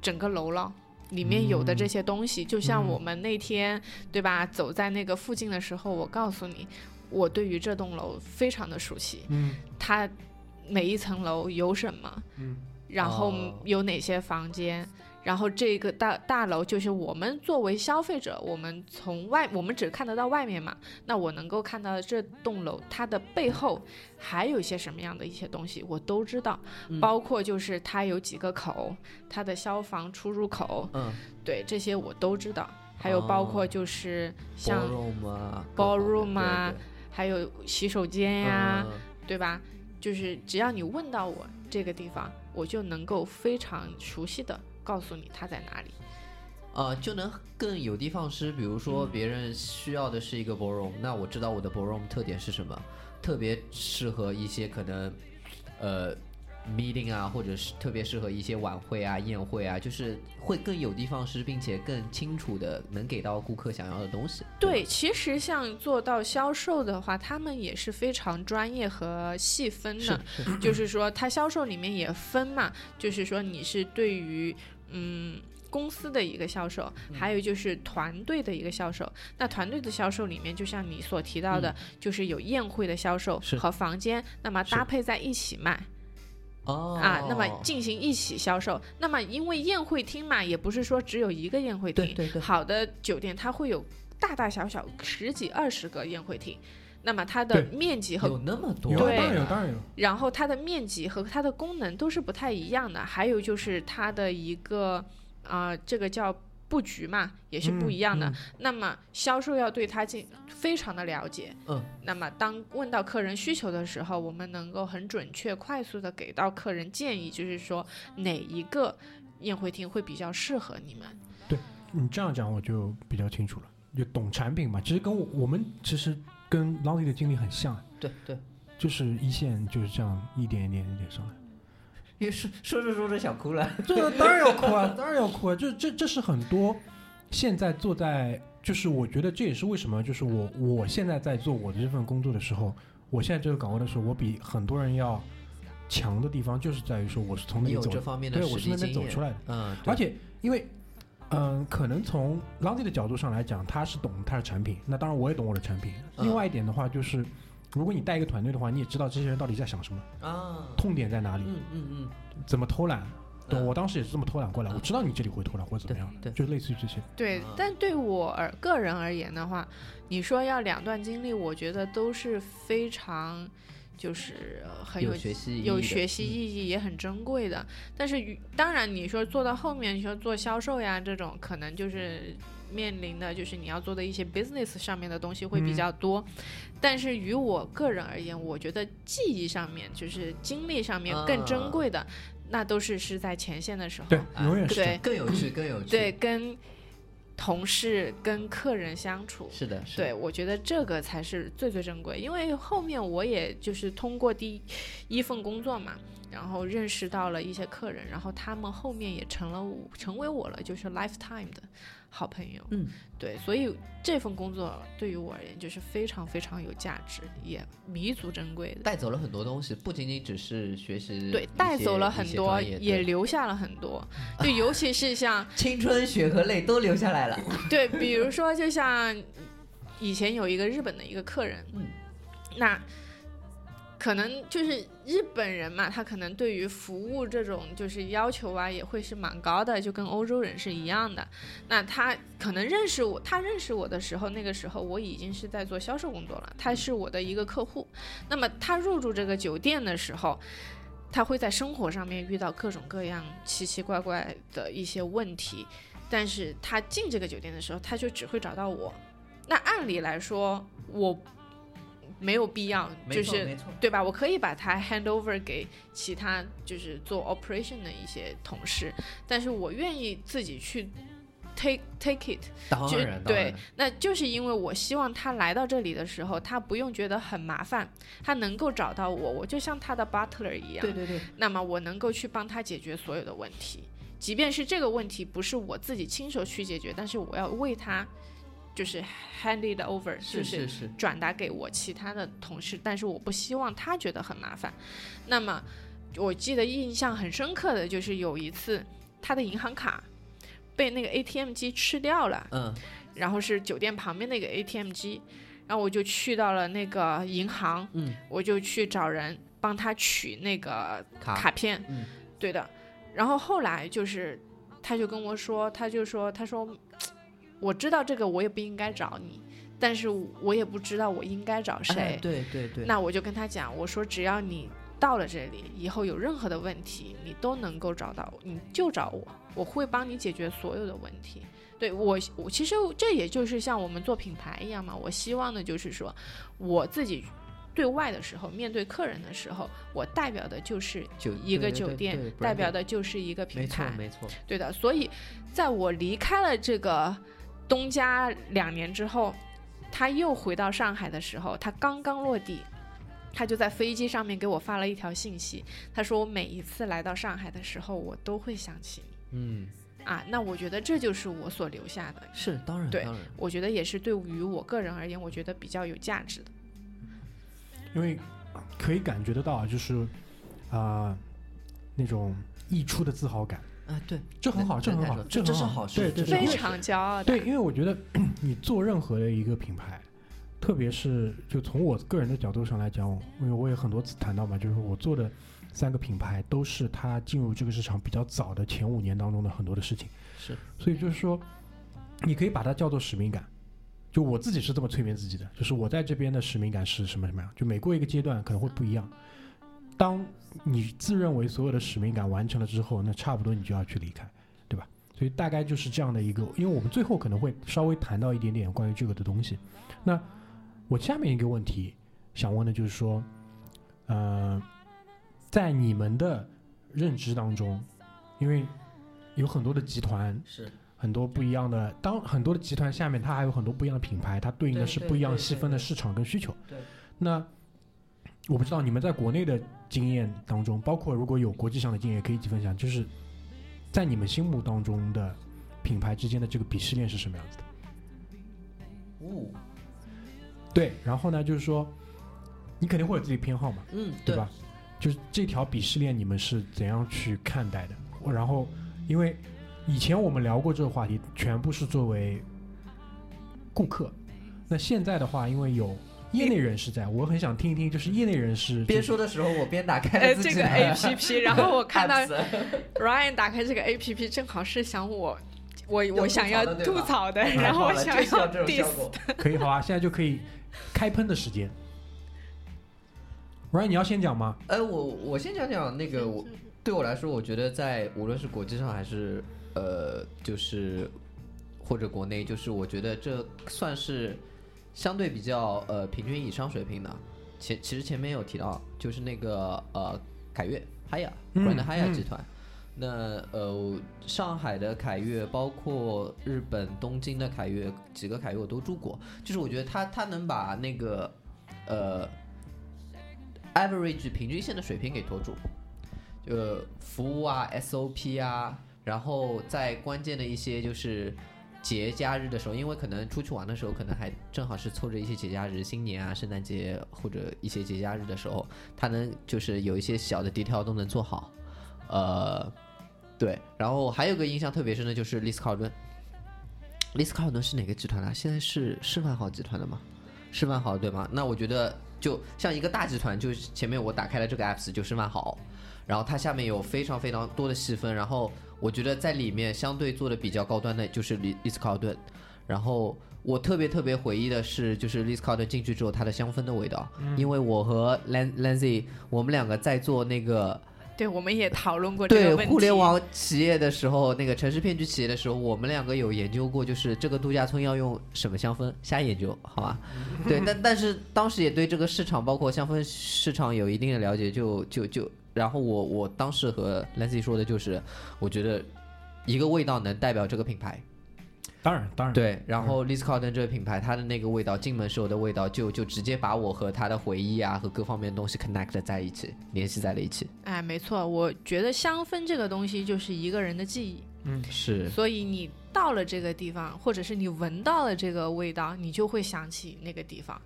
D: 整个楼了。里面有的这些东西，就像我们那天、对吧，走在那个附近的时候，我告诉你，我对于这栋楼非常的熟悉，
C: 嗯
D: 它每一层楼有什么，
C: 嗯，
D: 然后
B: 哦
D: 有哪些房间，然后这个大大楼就是我们作为消费者，我们从外我们只看得到外面嘛，那我能够看到这栋楼它的背后还有一些什么样的一些东西，我都知道，
B: 嗯
D: 包括就是它有几个口，它的消防出入口，
B: 嗯
D: 对这些我都知道，还有包括
B: 哦
D: 就是像。
B: ，ballroom 啊
D: ballroom 啊还有洗手间呀、
B: 嗯
D: 对吧？就是只要你问到我这个地方，我就能够非常熟悉的告诉你它在哪里。
B: 呃，就能更有的放矢。比如
C: 嗯
B: 说，别人需要的是一个 ballroom，、那我知道我的 ballroom 特点是什么，特别适合一些可能，呃，meeting 啊，或者是特别适合一些晚会啊、宴会啊，就是会更有的放矢，并且更清楚的能给到顾客想要的东西。
D: 对，其实像做到销售的话，他们也是非常专业和细分的。就是说，它销售里面也分嘛，就是说你是对于嗯公司的一个销售，还有就是团队的一个销售。那团队的销售里面，就像你所提到的，就是有宴会的销售
B: 是
D: 和房间，那么搭
B: 是
D: 配在一起卖。
B: 哦
D: 啊，那么进行一起销售。那么因为宴会厅嘛，也不是说只有一个宴会厅，
B: 对对对
D: 好的酒店它会有大大小小十几二十个宴会厅，那么它的
C: 对
D: 面积和
B: 有那么多
C: 有
B: 啊，
C: 当
D: 对
C: 然有，当然有。
D: 然后它的面积和它的功能都是不太一样的，还有就是它的一个啊、呃这个叫布局嘛，也是不一样的。
C: 嗯嗯
D: 那么销售要对它进非常的了解，
B: 嗯，
D: 那么当问到客人需求的时候，我们能够很准确、快速的给到客人建议，就是说哪一个宴会厅会比较适合你们。
C: 你这样讲我就比较清楚了，就懂产品嘛。其实跟我我们其实跟 Lancy 的经历很像，
B: 对对，
C: 就是一线就是这样一点一点一点上来。
B: 因为说说着说着想
C: *laughs*
B: 哭了，
C: 啊这个当然要哭啊，当然要哭啊！这这这是很多现在坐在就是我觉得这也是为什么，就是我我现在在做我的这份工作的时候，我现在这个岗位的时候，我比很多人要强的地方就是在于说我是从那
B: 你
C: 里
B: 有
C: 走
B: 这方面的
C: 对我
B: 实
C: 是
B: 力
C: 那边
B: 经
C: 走
B: 验，
C: 出来的。
B: 嗯，
C: 啊
B: 对
C: 而且因为，嗯、可能从 l o n d y 的角度上来讲，他是懂他的产品，那当然我也懂我的产品。
B: 嗯
C: 另外一点的话，就是如果你带一个团队的话，你也知道这些人到底在想什么，
B: 啊，
C: 痛点在哪里，
B: 嗯嗯嗯，
C: 怎么偷懒。对，
B: 嗯
C: 我当时也是这么偷懒过来，
B: 嗯
C: 我知道你这里会偷懒或者怎么样
B: 对
C: 的，
B: 对
C: 就类似于这些。
D: 对
B: 啊，
D: 但对我而个人而言的话，你说要两段经历，我觉得都是非常，就是呃很有
B: 有学习
D: 有
B: 意义的嗯
D: 学习意义，也很珍贵的。但是与当然，你说做到后面，你说做销售呀这种，可能就是面临的就是你要做的一些 business 上面的东西会比
C: 嗯
D: 较多。但是于我个人而言，我觉得记忆上面就是经历上面更
B: 啊
D: 珍贵的，那都是是在前线的时候。
C: 对，
B: 啊
C: 永远是这样。
D: 对
B: 更有趣，更有趣，
D: 嗯对，，跟同事、跟客人相处。
B: 是的，是的
D: 对，，我觉得这个才是最最珍贵，因为后面我也就是通过第一一份工作嘛，然后认识到了一些客人，然后他们后面也成了我成为我了，就是 lifetime 的好朋友。
B: 嗯，
D: 对，所以这份工作对于我而言就是非常非常有价值，也弥足珍贵的。
B: 带走了很多东西，不仅仅只是学习，
D: 对，带走了很多，也
B: 留
D: 留下了很多，
B: *laughs*
D: 就尤其是像
B: 青春血和泪都留下来了。
D: 对，比如说，就像以前有一个日本的一个客人，
B: 嗯，
D: 那可能就是日本人嘛，他可能对于服务这种就是要求啊，也会是蛮高的，就跟欧洲人是一样的。那他可能认识我，他认识我的时候，那个时候我已经是在做销售工作了，他是我的一个客户。那么他入住这个酒店的时候。他会在生活上面遇到各种各样奇奇怪怪的一些问题，但是他进这个酒店的时候，他就只会找到我。那按理来说，我没有必要，
B: 没
D: 就
B: 错
D: 是
B: 没错，
D: 对吧？我可以把它 hand over 给其他就是做 operation 的一些同事，但是我愿意自己去 take take it，
B: 当
D: 就
B: 然，当
D: 对
B: 然，
D: 那就是因为我希望他来到这里的时候，他不用觉得很麻烦，他能够找到我，我就像他的 butler 一样，
B: 对对，
D: 那么我能够去帮他解决所有的问题，即便是这个问题不是我自己亲手去解决，但是我要为他就是 hand it over，就是
B: 是是，
D: 转达给我其他的同事，但是我不希望他觉得很麻烦。那么我记得印象很深刻的就是有一次他的银行卡被那个 ATM 机吃掉了，
B: 嗯，
D: 然后是酒店旁边那个 ATM 机，然后我就去到了那个银行，
B: 嗯，
D: 我就去找人帮他取那个
B: 卡
D: 卡片，
B: 嗯
D: 对的。然后后来就是，他就跟我说，他就说，他说，我知道这个我也不应该找你，但是我也不知道我应该找谁。
B: 哎对对对，
D: 那我就跟他讲，我说只要你到了这里，以后有任何的问题，你都能够找到我，你就找我，我会帮你解决所有的问题。对我，我其实这也就是像我们做品牌一样嘛，我希望的就是说，我自己对外的时候，面对客人的时候，我代表的就是
B: 酒
D: 一个
B: 对对
D: 酒
B: 对
D: 店，
B: 对
D: 代
B: branding
D: 表的就是一个
B: 没
D: 品
B: 错
D: 牌，
B: 没错，
D: 对的，所以在我离开了这个东家两年之后，他又回到上海的时候，他刚刚落地，他就在飞机上面给我发了一条信息，他说我每一次来到上海的时候，我都会想起你
B: 嗯，
D: 啊。那我觉得这就是我所留下的，
B: 是当然
D: 对
B: 当然，
D: 我觉得也是对于我个人而言，我觉得比较有价值的。
C: 因为可以感觉得到啊，就是啊、那种溢出的自豪感，
B: 啊对，
C: 这很好，
B: 对
C: 这很
B: 对
C: 好
B: 对，这
C: 很
B: 是
C: 好
B: 好事
C: 对
B: 这
C: 对
B: 是
C: 对
D: 非
B: 好，事
D: 常骄傲的，
C: 对，因为我觉得 *clears throat* 你做任何的一个品牌，特别是就从我个人的角度上来讲，因为我也很多次谈到嘛，就是我做的三个品牌都是它进入这个市场比较早的前五年当中的很多的事情，
B: 是，
C: 所以就是说，你可以把它叫做使命感。就我自己是这么催眠自己的，就是我在这边的使命感是什么什么样，就每过一个阶段可能会不一样。当你自认为所有的使命感完成了之后，那差不多你就要去离开，对吧？所以大概就是这样的一个，因为我们最后可能会稍微谈到一点点关于这个的东西。那我下面一个问题想问的就是说，呃，在你们的认知当中，因为有很多的集团，
B: 是
C: 很多不一样的，当很多的集团下面，它还有很多不一样的品牌，它对应的
B: 对
C: 是
B: 对
C: 不一样
B: 对
C: 细
B: 对
C: 分的
B: 对
C: 市场跟需求。
B: 对
C: 那我不知道你们在国内的经验当中，包括如果有国际上的经验，也可以一起分享，就是在你们心目当中的品牌之间的这个鄙视链是什么样子的？
B: 物，
C: 对，然后呢，就是说，你肯定会有自己偏好嘛，
B: 嗯，
C: 对吧？就是这条鄙视链，你们是怎样去看待的？我然后，因为以前我们聊过这个话题，全部是作为顾客。那现在的话，因为有业内人士在，我很想听一听，就是业内人士、
B: 边说的时候，我边打开
D: 呃，
B: 自己啊
D: 这
B: 的
D: 个 A P P，然后我看到
B: apps
D: Ryan 打开这个 A P P，正好是想我，我
B: 要
D: 我
B: 吐
D: 想
B: 槽
D: 要
B: 的对
D: 吐
B: 吧
D: 槽的，
B: 太
D: 然后
B: 好
D: 我
B: 了
D: 想
B: 就需要
D: 要
B: 这种
D: diss
B: 效果。
C: 可以好吧，现在就可以开喷的时间。Ryan，你要先讲吗？
B: 呃，我我先讲讲那个，我对我来说，我觉得在无论是国际上还是呃，就是或者国内，就是我觉得这算是相对比较呃平均以上水平的。前其实前面有提到，就是那个呃凯悦、海雅、
C: 嗯
B: Grand Hyatt
C: 嗯
B: 集团。那呃，上海的凯悦，包括日本东京的凯悦，几个凯悦我都住过。就是我觉得它它能把那个呃 average 平均线的水平给拖住，呃，服务啊、SOP 啊，然后在关键的一些就是节假日的时候，因为可能出去玩的时候，可能还正好是凑着一些节假日，新年啊、圣诞节或者一些节假日的时候，他能就是有一些小的 detail 都能做好，呃，对。然后还有个印象特别深的就是 l i s 卡尔顿 l i s 卡尔顿是哪个集团的、啊？现在是是万豪集团的吗？是万豪对吗？那我觉得就像一个大集团，就是前面我打开了这个 apps 就是万豪，然后它下面有非常非常多的细分，然后我觉得在里面相对做的比较高端的就是丽丽思考顿，然后我特别特别回忆的是就是丽思考顿进去之后它的香氛的味道，因为我和 Lan Lancy 我们两个在做那个
D: 对，我们也讨论过这
B: 对
D: 个问题。
B: 互联网企业的时候，那个城市骗局企业的时候，我们两个有研究过，就是这个度假村要用什么香氛，瞎研究，好吧？对，
D: *laughs*
B: 但但是当时也对这个市场，包括香氛市场有一定的了解，就就就，然后我我当时和 Lancy 说的就是，我觉得一个味道能代表这个品牌，
C: 当然，
D: 嗯
C: 当然，
B: 对，然后 l i s c o t t o n 这个品牌，它的那个味道，进门时候的味道，就就直接把我和它的回忆啊和各方面的东西 connect 在一起，联系在了一起，
D: 哎，没错，我觉得香氛这个东西就是一个人的记忆，
B: 是
D: 所以你到了这个地方，或者是你闻到了这个味道，你就会想起那个地方。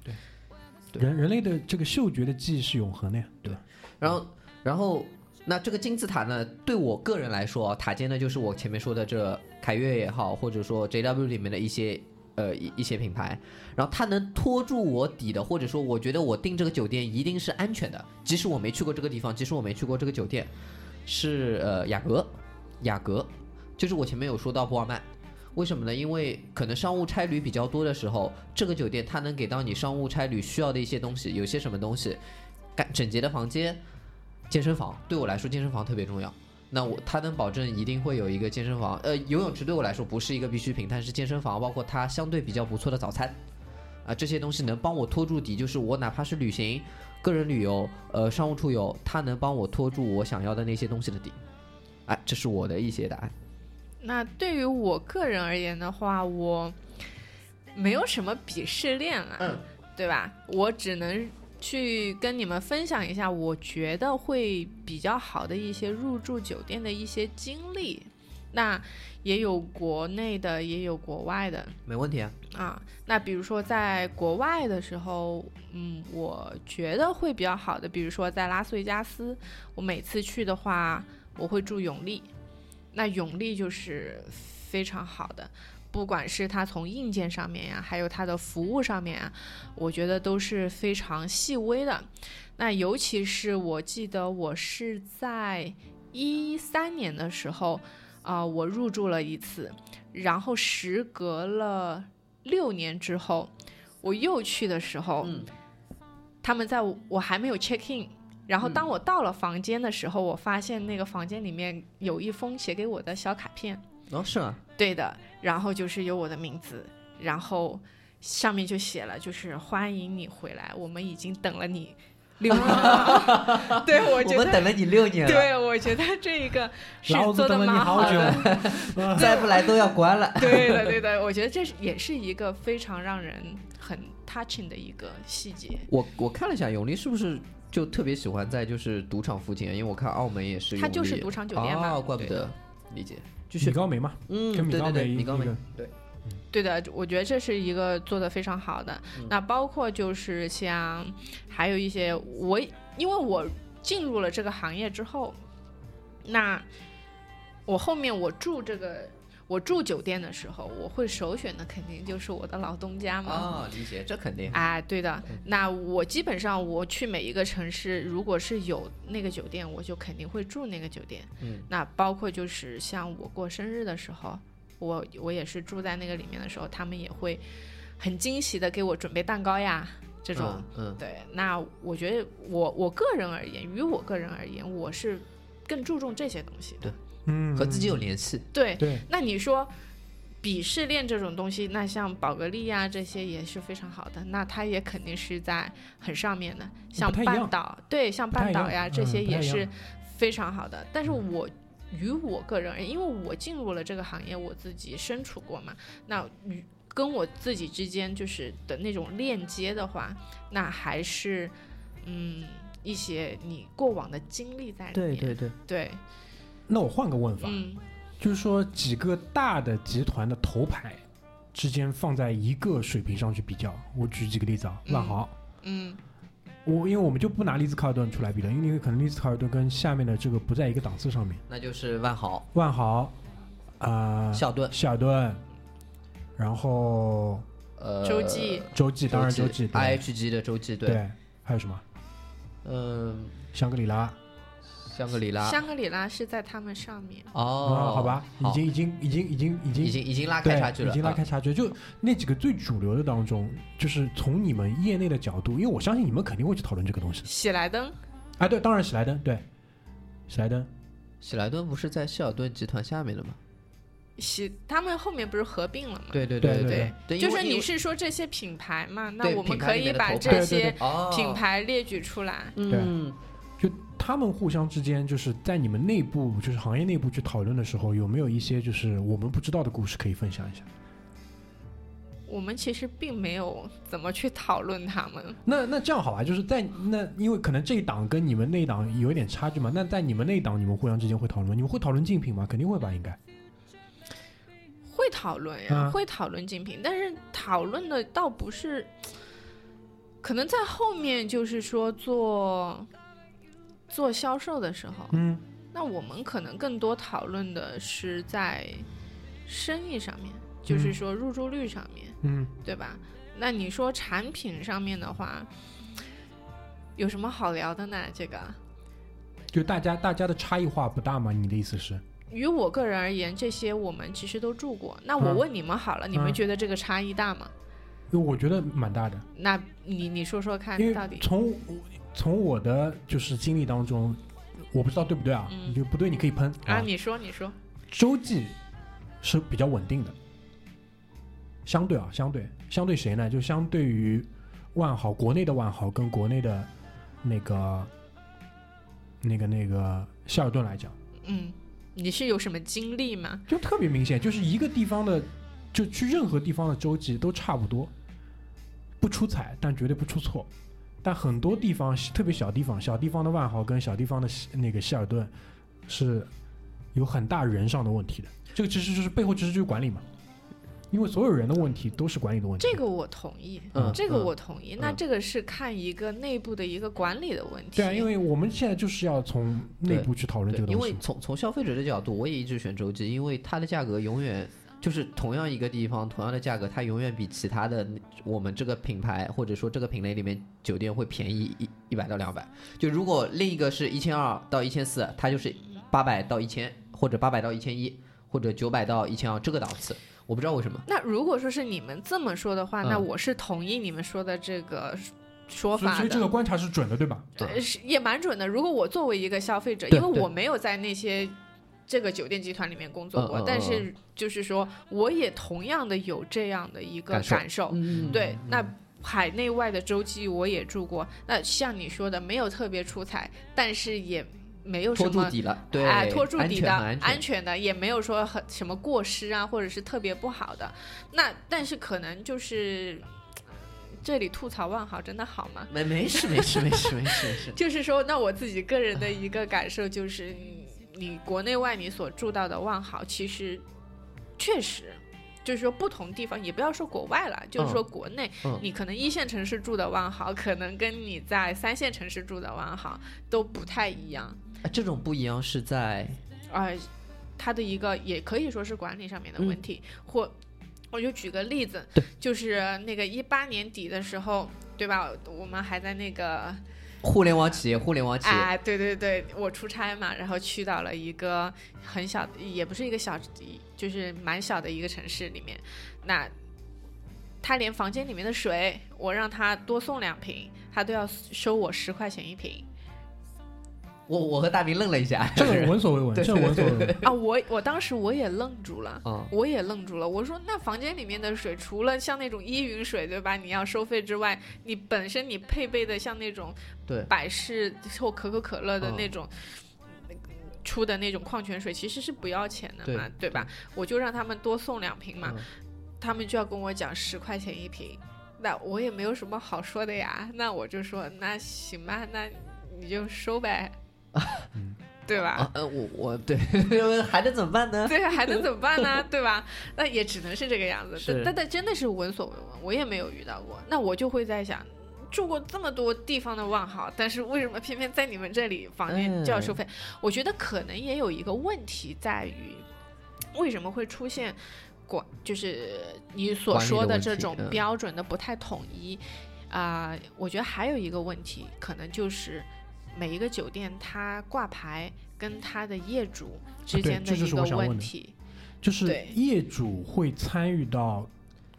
B: 对
C: 人人类的这个嗅觉的记忆是永恒的呀，对吧？
B: 然后，然后那这个金字塔呢，对我个人来说，塔尖呢就是我前面说的这凯悦也好，或者说 JW 里面的一些呃一一些品牌，然后它能拖住我底的，或者说我觉得我订这个酒店一定是安全的，即使我没去过这个地方，即使我没去过这个酒店，是呃雅阁，雅阁，就是我前面有说到博尔曼。为什么呢？因为可能商务差旅比较多的时候，这个酒店它能给到你商务差旅需要的一些东西，有些什么东西，干整洁的房间，健身房对我来说健身房特别重要。那我它能保证一定会有一个健身房，呃，游泳池对我来说不是一个必需品，但是健身房包括它相对比较不错的早餐，啊、这些东西能帮我拖住底，就是我哪怕是旅行、个人旅游、呃商务出游，它能帮我拖住我想要的那些东西的底。哎、这是我的一些答案。
D: 那对于我个人而言的话，我没有什么鄙视链啊，
B: 嗯
D: 对吧？我只能去跟你们分享一下，我觉得会比较好的一些入住酒店的一些经历。那也有国内的，也有国外的
B: 没问题啊，
D: 啊。那比如说在国外的时候，嗯，我觉得会比较好的，比如说在拉斯维加斯，我每次去的话，我会住永利，那永利就是非常好的，不管是它从硬件上面呀，还有它的服务上面啊，我觉得都是非常细微的。那尤其是我记得我是在一三年的时候，啊、我入住了一次，然后时隔了六年之后，我又去的时候，
B: 嗯
D: 他们在我我还没有 check in，然后当我到了房间的时候，我发现那个房间里面有一封写给我的小卡片，
B: 哦是吗？
D: 对的，然后就是有我的名字，然后上面就写了就是欢迎你回来，我们已经等了你六年了。对，我
B: 我
D: 觉
B: 们
D: 得，
B: 等了你六年了，
D: 对我觉得这一个是
C: 老子
D: 做的
C: 等了你
D: 蛮
C: 好久
D: 的。
B: 再不来都要关了。
D: 对的，对的，我觉得这是也是一个非常让人很 touching 的一个细节。
B: 我我看了一下，永利是不是就特别喜欢在就是赌场附近？啊因为我看澳门也是永利，
D: 它就是赌场酒店嘛
B: 哦，怪不
D: 对
B: *laughs* 得，理解。就
C: 米
B: 是
C: 高梅嘛，
B: 嗯，
C: 跟米
B: 对
C: 高
B: 对对，
C: 梅
B: 米高梅
C: 那个，
B: 对，
D: 对的，我觉得这是一个做的非常好的。那包括就是像还有一些我，因为我进入了这个行业之后，那我后面我住这个我住酒店的时候，我会首选的肯定就是我的老东家嘛。
B: 啊，理解，这肯定。
D: 哎，对的。
B: 嗯
D: 那我基本上我去每一个城市，如果是有那个酒店，我就肯定会住那个酒店。
B: 嗯，
D: 那包括就是像我过生日的时候，我我也是住在那个里面的时候，他们也会很惊喜的给我准备蛋糕呀这种。
B: 嗯，
D: 对，那我觉得我我个人而言，于我个人而言，我是更注重这些东西的。
C: 嗯
B: 嗯，和自己有联系。
D: 对，
C: 对，
D: 那你说鄙视链这种东西，那像宝格丽啊这些也是非常好的，那它也肯定是在很上面的，像
C: 不太一
D: 半
C: 样
D: 岛，对，像
C: 不太
D: 半
C: 一
D: 岛
C: 样
D: 呀
C: 嗯
D: 这些
C: 不太
D: 也
C: 一
D: 是
C: 样嗯
D: 非常好的。但是我与我个人而言，因为我进入了这个行业，我自己身处过嘛，那与跟我自己之间就是的那种链接的话，那还是嗯一些你过往的经历在里面，
B: 对，
D: 对
C: 那我换个问法，
D: 嗯
C: 就是说几个大的集团的头牌之间放在一个水平上去比较，我举几个例子啊，
D: 嗯
C: 万豪。
D: 嗯
C: 我因为我们就不拿利兹卡尔顿出来比了，因为可能利兹卡尔顿跟下面的这个不在一个档次上面。
B: 那就是万豪、
C: 万豪，啊、
B: 孝顿、
C: 希尔顿，然后
B: 呃，
D: 洲际
C: 洲际，当然洲际，对
B: IHG 的洲际，对，
C: 对，还有什么？
B: 嗯，
C: 香格里拉
B: 香格里拉。
D: 香格里拉是在他们上面。
B: 哦
C: 啊，好吧，已经已经已经已经已经
B: 已经已经拉
C: 对
B: 开差距了，
C: 已经拉
B: 啊
C: 开差距。就那几个最主流的当中，就是从你们业内的角度，因为我相信你们肯定会去讨论这个东西。
D: 喜来登，
C: 啊，对，当然喜来登，对，喜来登，
B: 喜来登不是在希尔顿集团下面的吗？
D: 喜他们后面不是合并了吗？
B: 对对
C: 对对
B: 对对，
D: 就
B: 因为
D: 是你
B: 因为
D: 是说这些品牌嘛？那
B: 对
D: 我们
B: 品牌
D: 可
B: 里
D: 以
B: 面的
D: 把
B: 头牌
D: 这
C: 对对
D: 些
B: 哦
D: 品牌列举出来。
B: 嗯，
C: 就他们互相之间，就是在你们内部，就是行业内部去讨论的时候，有没有一些就是我们不知道的故事可以分享一下？
D: 我们其实并没有怎么去讨论他们。
B: 嗯
C: 那那这样好吧，就是在那，因为可能这一档跟你们那一档有一点差距嘛。那在你们那一档，你们互相之间会讨论吗？你们会讨论竞品吗？肯定会吧，应该。
D: 会讨论呀，
C: 嗯
D: 会讨论竞品，但是讨论的倒不是，可能在后面就是说做做销售的时候，
C: 嗯，
D: 那我们可能更多讨论的是在生意上面，就是
C: 嗯
D: 说入住率上面。
C: 嗯，
D: 对吧？那你说产品上面的话，有什么好聊的呢？这个，
C: 就大家大家的差异化不大吗？你的意思是？
D: 于我个人而言，这些我们其实都住过。那我
C: 嗯
D: 问你们好了，你们
C: 嗯
D: 觉得这个差异大吗？
C: 因为我觉得蛮大的，
D: 那你你说说看
C: 因，
D: 到
C: 为
D: 底
C: 从从我的就是经历当中，我不知道对不对啊，
D: 嗯
C: 你就不对你可以喷
D: 啊？你说，你说，
C: 洲际是比较稳定的，相对啊，相对相对谁呢？就相对于万豪国内的万豪跟国内的那个那个那个希尔顿来讲，
D: 嗯，你是有什么经历吗？
C: 就特别明显，就是一个地方的，就去任何地方的洲际都差不多，不出彩，但绝对不出错。但很多地方，特别小地方，小地方的万豪跟小地方的希那个希尔顿，是有很大人上的问题的。这个其实就是背后其实就是管理嘛，因为所有人的问题都是管理的问题。
D: 这个我同意，
B: 嗯
D: 这个
B: 嗯
D: 我同意。那
B: 嗯
D: 这个是看一个内部的一个管理的问题。
C: 对啊，因为我们现在就是要从内部去讨论这
B: 对因
C: 个，东
B: 为
C: 西。
B: 从从消费者的角度，我也一直选洲际，因为它的价格永远就是同样一个地方同样的价格，它永远比其他的我们这个品牌或者说这个品类里面酒店会便宜一一百到两百。就如果另一个是一千二到一千四，它就是八百到一千或者八百到一千一或者九百到一千二这个档次，我不知道为什么。
D: 那如果说是你们这么说的话，那
B: 嗯
D: 我是同意你们说的这个说
C: 所以
D: 法的。呃
C: 所以这个观察是准的，对吧？
B: 对
D: 对，是也蛮准的。如果我作为一个消费者，
B: 对
D: 因为
B: 对
D: 我没有在那些这个酒店集团里面工作
B: 嗯
D: 过，
B: 嗯嗯
D: 但是就是说，我也同样的有这样的一个
B: 感受嗯，
D: 对，那海内外的洲际我也住过。那像你说的，没有特别出彩，但是也没有
B: 拖
D: 什
B: 住
D: 么。
B: 底了，对，
D: 哎，拖住底的，
B: 安全很安全
D: 的，也没有说很什么过失啊，或者是特别不好的。那但是可能就是这里吐槽万豪真的好吗？，
B: 没没事没事没事没事没事
D: *laughs* 就是说，那我自己个人的一个感受就是，你你国内外你所住到的万豪，其实确实就是说不同地方，也不要说国外了，就是说国内，
B: 嗯
D: 你可能一线城市住的万豪，可能跟你在三线城市住的万豪都不太一样，
B: 啊这种不一样是在
D: 呃，它的一个也可以说是管理上面的问题，或我就举个例子
B: 对，
D: 就是那个一八年底的时候，对吧？我们还在那个
B: 互联网企业，互联网企业，
D: 哎，对对对，我出差嘛，然后去到了一个很小，也不是一个小，就是蛮小的一个城市里面。那他连房间里面的水，我让他多送两瓶，他都要收我十块钱一瓶
B: 我我和大明愣了一 *laughs* 下，
C: 这
B: 就是
C: 个闻所未闻，
B: 对
C: 这个闻所未闻。
D: 啊！我我当时我也愣住了。
B: 嗯，
D: 我也愣住了，我说那房间里面的水，除了像那种依云水，对吧？你要收费之外，你本身你配备的像那种
B: 对
D: 百事或可口可乐的
B: 嗯
D: 那种。嗯出的那种矿泉水其实是不要钱的嘛，
B: 对
D: 对吧？我就让他们多送两瓶嘛，
B: 嗯
D: 他们就要跟我讲十块钱一瓶，那我也没有什么好说的呀，那我就说那行吧，那你就收呗，
C: 嗯
D: 对吧？
B: 啊，呃，我我对， *laughs* 还能怎么办呢？
D: 对，啊还能怎么办
B: *laughs*
D: 呢？对吧？那也只能是这个样子。
B: 是
D: 但但但真的是闻所未闻，我也没有遇到过。那我就会在想，住过这么多地方的万豪，但是为什么偏偏在你们这里房间
B: 嗯
D: 就要收费？我觉得可能也有一个问题在于，为什么会出现管就是你所
B: 管理的
D: 说的
B: 问
D: 这
B: 题
D: 种
B: 嗯
D: 标准的不太统一？啊、我觉得还有一个问题，可能就是每一个酒店它挂牌跟它的业主之
C: 啊对
D: 间
C: 这就
D: 一
C: 是
D: 个
C: 我想
D: 问
C: 问的
D: 题。
C: 就是
D: 对
C: 业主会参与到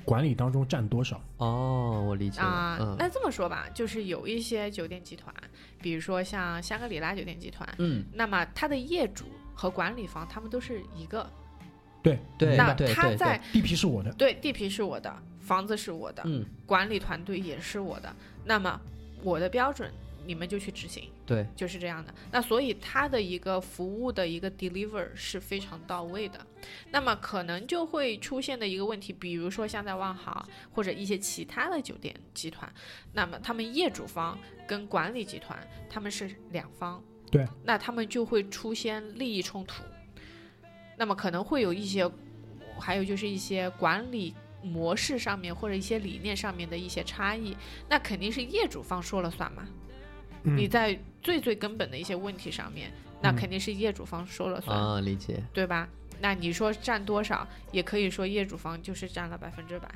C: 管理当中占多少？
B: 哦，我理解了，
D: 啊、
B: 嗯
D: 那这么说吧，就是有一些酒店集团，比如说像香格里拉酒店集团，
B: 嗯，
D: 那么它的业主和管理方他们都是一个，
C: 对
B: 对
C: 明
D: 那
C: 白
B: 对
D: 他在
C: 地皮是我的，
D: 对地皮是我的，房子是我的，
B: 嗯，
D: 管理团队也是我的，那么我的标准你们就去执行，
B: 对，
D: 就是这样的。那所以它的一个服务的一个 deliver 是非常到位的。那么可能就会出现的一个问题，比如说像在万豪或者一些其他的酒店集团，那么他们业主方跟管理集团他们是两方，
C: 对，
D: 那他们就会出现利益冲突。那么可能会有一些，还有就是一些管理。模式上面或者一些理念上面的一些差异，那肯定是业主方说了算嘛。你
C: 嗯，
D: 在最最根本的一些问题上面，那
C: 嗯
D: 肯定是业主方说了算，
B: 啊，理解，
D: 对吧？那你说占多少，也可以说业主方就是占了百分之百，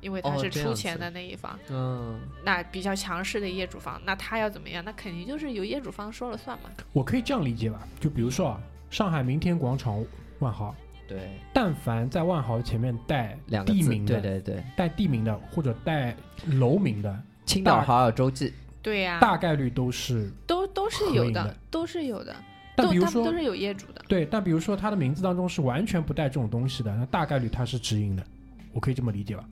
D: 因为他
B: 哦
D: 是
B: 这
D: 出
B: 样
D: 钱
B: 子
D: 的那一方。
B: 嗯，
D: 那比较强势的业主方，那他要怎么样？那肯定就是由业主方说了算嘛。
C: 我可以这样理解吧？就比如说啊，上海明天广场万豪，
B: 对，
C: 但凡在万豪前面带
B: 两个
C: 地
B: 字，
C: 名
B: 对
C: 的、
B: 对对，
C: 带地名的或者带楼名的，
B: 青岛
C: 大
B: 好友周记，
D: 对呀、
C: 大概率都是。
D: 都都是
C: 合
D: 有
C: 影
D: 的
C: 的，
D: 都是有的，
C: 但
D: 都
C: 比如
D: 他们
C: 说
D: 都，是有业主的。
C: 对，但比如说它的名字当中是完全不带这种东西的，那大概率它是直营的，我可以这么理解吧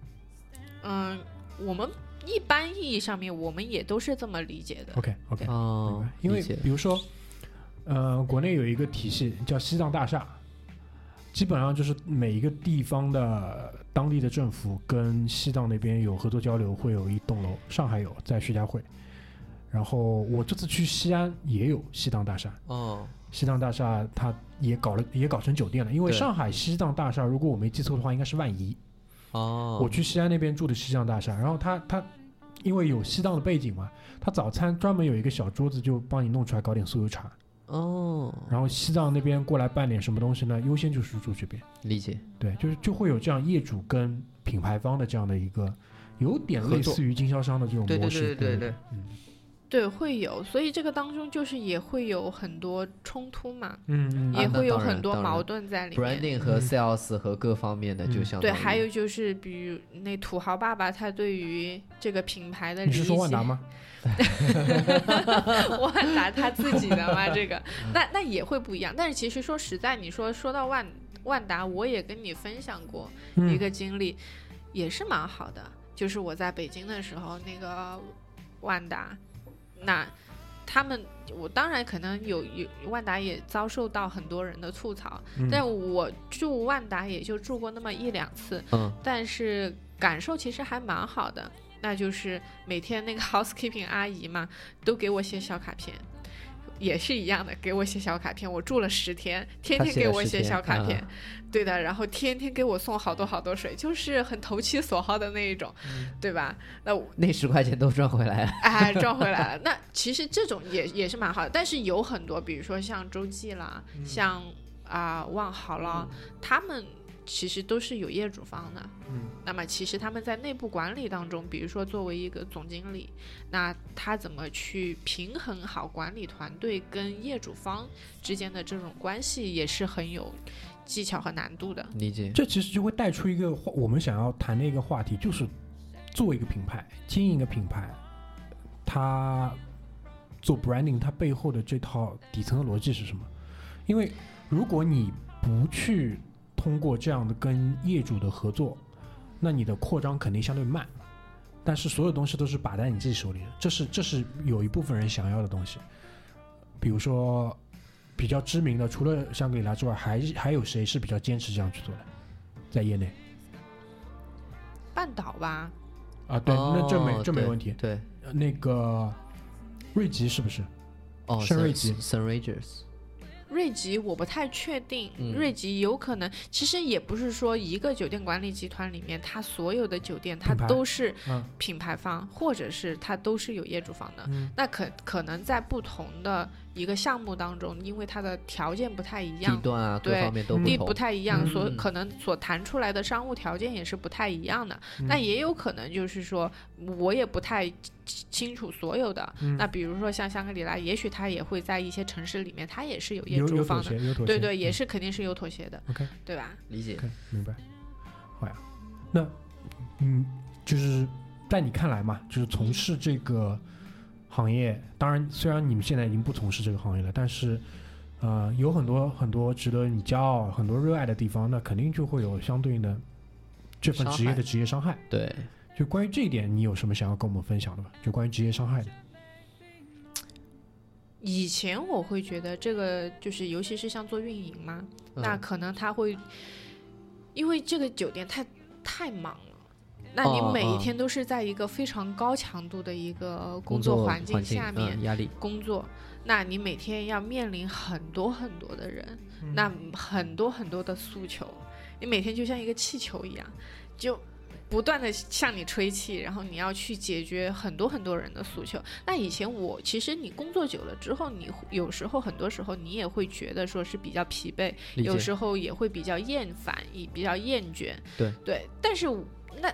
D: 嗯，我们一般意义上面，我们也都是这么理解的。
C: ？OK OK，
B: 哦，
C: 因为
B: 理解
C: 比如说，呃，国内有一个体系叫西藏大厦，基本上就是每一个地方的当地的政府跟西藏那边有合作交流，会有一栋楼，上海有，在徐家汇。然后我这次去西安也有西藏大厦，
B: 哦，
C: 西藏大厦它也搞了，也搞成酒店了。因为
B: 对
C: 上海西藏大厦，如果我没记错的话，应该是万怡。
B: 哦，
C: 我去西安那边住的西藏大厦，然后他他因为有西藏的背景嘛，他早餐专门有一个小桌子，就帮你弄出来搞点酥油茶。
B: 哦，
C: 然后西藏那边过来办点什么东西呢？优先就是住这边，
B: 理解，
C: 对，就是就会有这样业主跟品牌方的这样的一个，有点
B: 合
C: 类
B: 作
C: 似于经销商的这种
B: 对对
C: 模式，
B: 对对对对
C: 嗯
D: 对，会有，所以这个当中就是也会有很多冲突嘛，
C: 嗯
B: 啊
D: 也
C: 嗯，
B: 那
D: 会有
B: 当然
D: 很多
B: 当然
D: 矛盾在里面。
B: branding 和
C: 嗯
B: sales 和各方面的就
C: 嗯
B: 相
D: 对，
B: 当于
D: 还有就是，比如那土豪爸爸他对于这个品牌的
C: 你
D: 理
C: 是
D: 解，
C: 说万达？吗？
D: *laughs* 万达他自己的嘛，
C: *laughs*
D: 这个
C: 嗯
D: 那那也会不一样。但是其实说实在，你说说到万万达，我也跟你分享过一
C: 嗯
D: 个经历，也是蛮好的。就是我在北京的时候，那个万达，那他们，我当然可能有有万达也遭受到很多人的吐槽，
C: 嗯
D: 但我住万达也就住过那么一两次，
B: 嗯，
D: 但是感受其实还蛮好的。 *laughs* 那就是每天那个 housekeeping 阿姨嘛，都给我写小卡片，也是一样的，给我写小卡片。我住了十天，天
B: 他
D: 天
B: 写
D: 给
B: 了
D: 我
B: 10
D: 写
B: 天
D: 小卡
B: 啊
D: 片，对的，然后天天给我送好多好多水，就是很投其所好的那一种，
B: 嗯
D: 对吧？那我
B: 那十块钱都赚回来了。
D: 哎，赚回来了。那其实这种也也是蛮好的，但是有很多，比如说像周记啦，
B: 嗯
C: 嗯
D: 像啊、万豪啦，他们其实都是有业主方的。
C: 嗯，
D: 那么其实他们在内部管理当中，比如说作为一个总经理，那他怎么去平衡好管理团队跟业主方之间的这种关系，也是很有技巧和难度的。
B: 理解，
C: 这其实就会带出一个话我们想要谈的一个话题，就是做一个品牌，经营一个品牌，它做 branding，它背后的这套底层的逻辑是什么？因为如果你不去通过这样的跟业主的合作，那你的扩张肯定相对慢。但是所有东西都是把在你自己手里的，这是这是有一部分人想要的东西。比如说比较知名的，除了香格里拉之外，还还有谁是比较坚持这样去做的？在业内
D: 半岛吧，
C: 啊，对，那这没
B: 哦
C: 这没
B: 对
C: 问题。
B: 对，
C: 呃那个瑞吉是不是？
B: 哦，
C: 圣瑞吉
B: s u n r a g e r s
D: 瑞吉我不太确定，
B: 嗯
D: 瑞吉有可能，其实也不是说一个酒店管理集团里面，它所有的酒店它
C: 品牌
D: 都是
C: 嗯
D: 品牌方，或者是它都是有业主方的。
C: 嗯
D: 那可可能在不同的一个项目当中，因为它的条件不太一
B: 地
D: 样，
B: 段啊，各
D: 对
B: 方面都
D: 地
B: 同
D: 不。太一样，
B: 嗯
D: 所
B: 嗯
D: 可能所谈出来的商务条件也是不太一样的。
C: 嗯
D: 那也有可能就是说，我也不太清清楚所有的。
C: 嗯
D: 那比如说像香格里拉，也许它也会在一些城市里面，它也是有业
C: 有
D: 主
C: 有
D: 方
C: 妥
D: 的。
C: 协，有妥协，
D: 对对，也
C: 嗯
D: 是肯定是有妥协的
C: OK
D: 对吧？
B: 理解，
C: OK，明白。好呀，那嗯，就是在你看来嘛，就是从事这个行业，当然虽然你们现在已经不从事这个行业了，但是呃，有很多很多值得你骄傲、很多热爱的地方，那肯定就会有相对应的这份
B: 伤
C: 职业
B: 害
C: 的职业伤害。
B: 对，
C: 就关于这一点，你有什么想要跟我们分享的吗？就关于职业伤害的，
D: 以前我会觉得这个就是，尤其是像做运营嘛，那
B: 嗯
D: 可能他会，因为这个酒店太太忙了，那你
B: 哦
D: 每一
B: 哦
D: 天都是在一个非常高强度的一个工
B: 工
D: 作
B: 环
D: 环境下面，
B: 嗯、压力，
D: 工作，那你每天要面临很多很多的人，那很多很多的诉求，你每天就像一个气球一样，就不断的向你吹气，然后你要去解决很多很多人的诉求。那以前我其实你工作久了之后，你会有时候很多时候你也会觉得说是比较疲惫，
B: 理
D: 有
B: 解，
D: 时候也会比较厌烦，也比较厌倦。
B: 对
D: 对，但是我那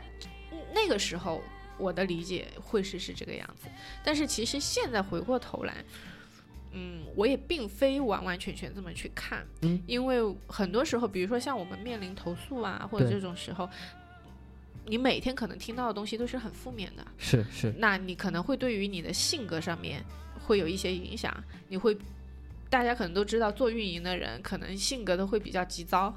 D: 那个时候我的理解会是是这个样子，但是其实现在回过头来，嗯，我也并非完完全全这么去看，
B: 嗯，
D: 因为很多时候，比如说像我们面临投诉啊，或者
B: 对
D: 这种时候。你每天可能听到的东西都是很负面的，
B: 是是，
D: 那你可能会对于你的性格上面会有一些影响，你会。大家可能都知道，做运营的人可能性格都会比较急躁，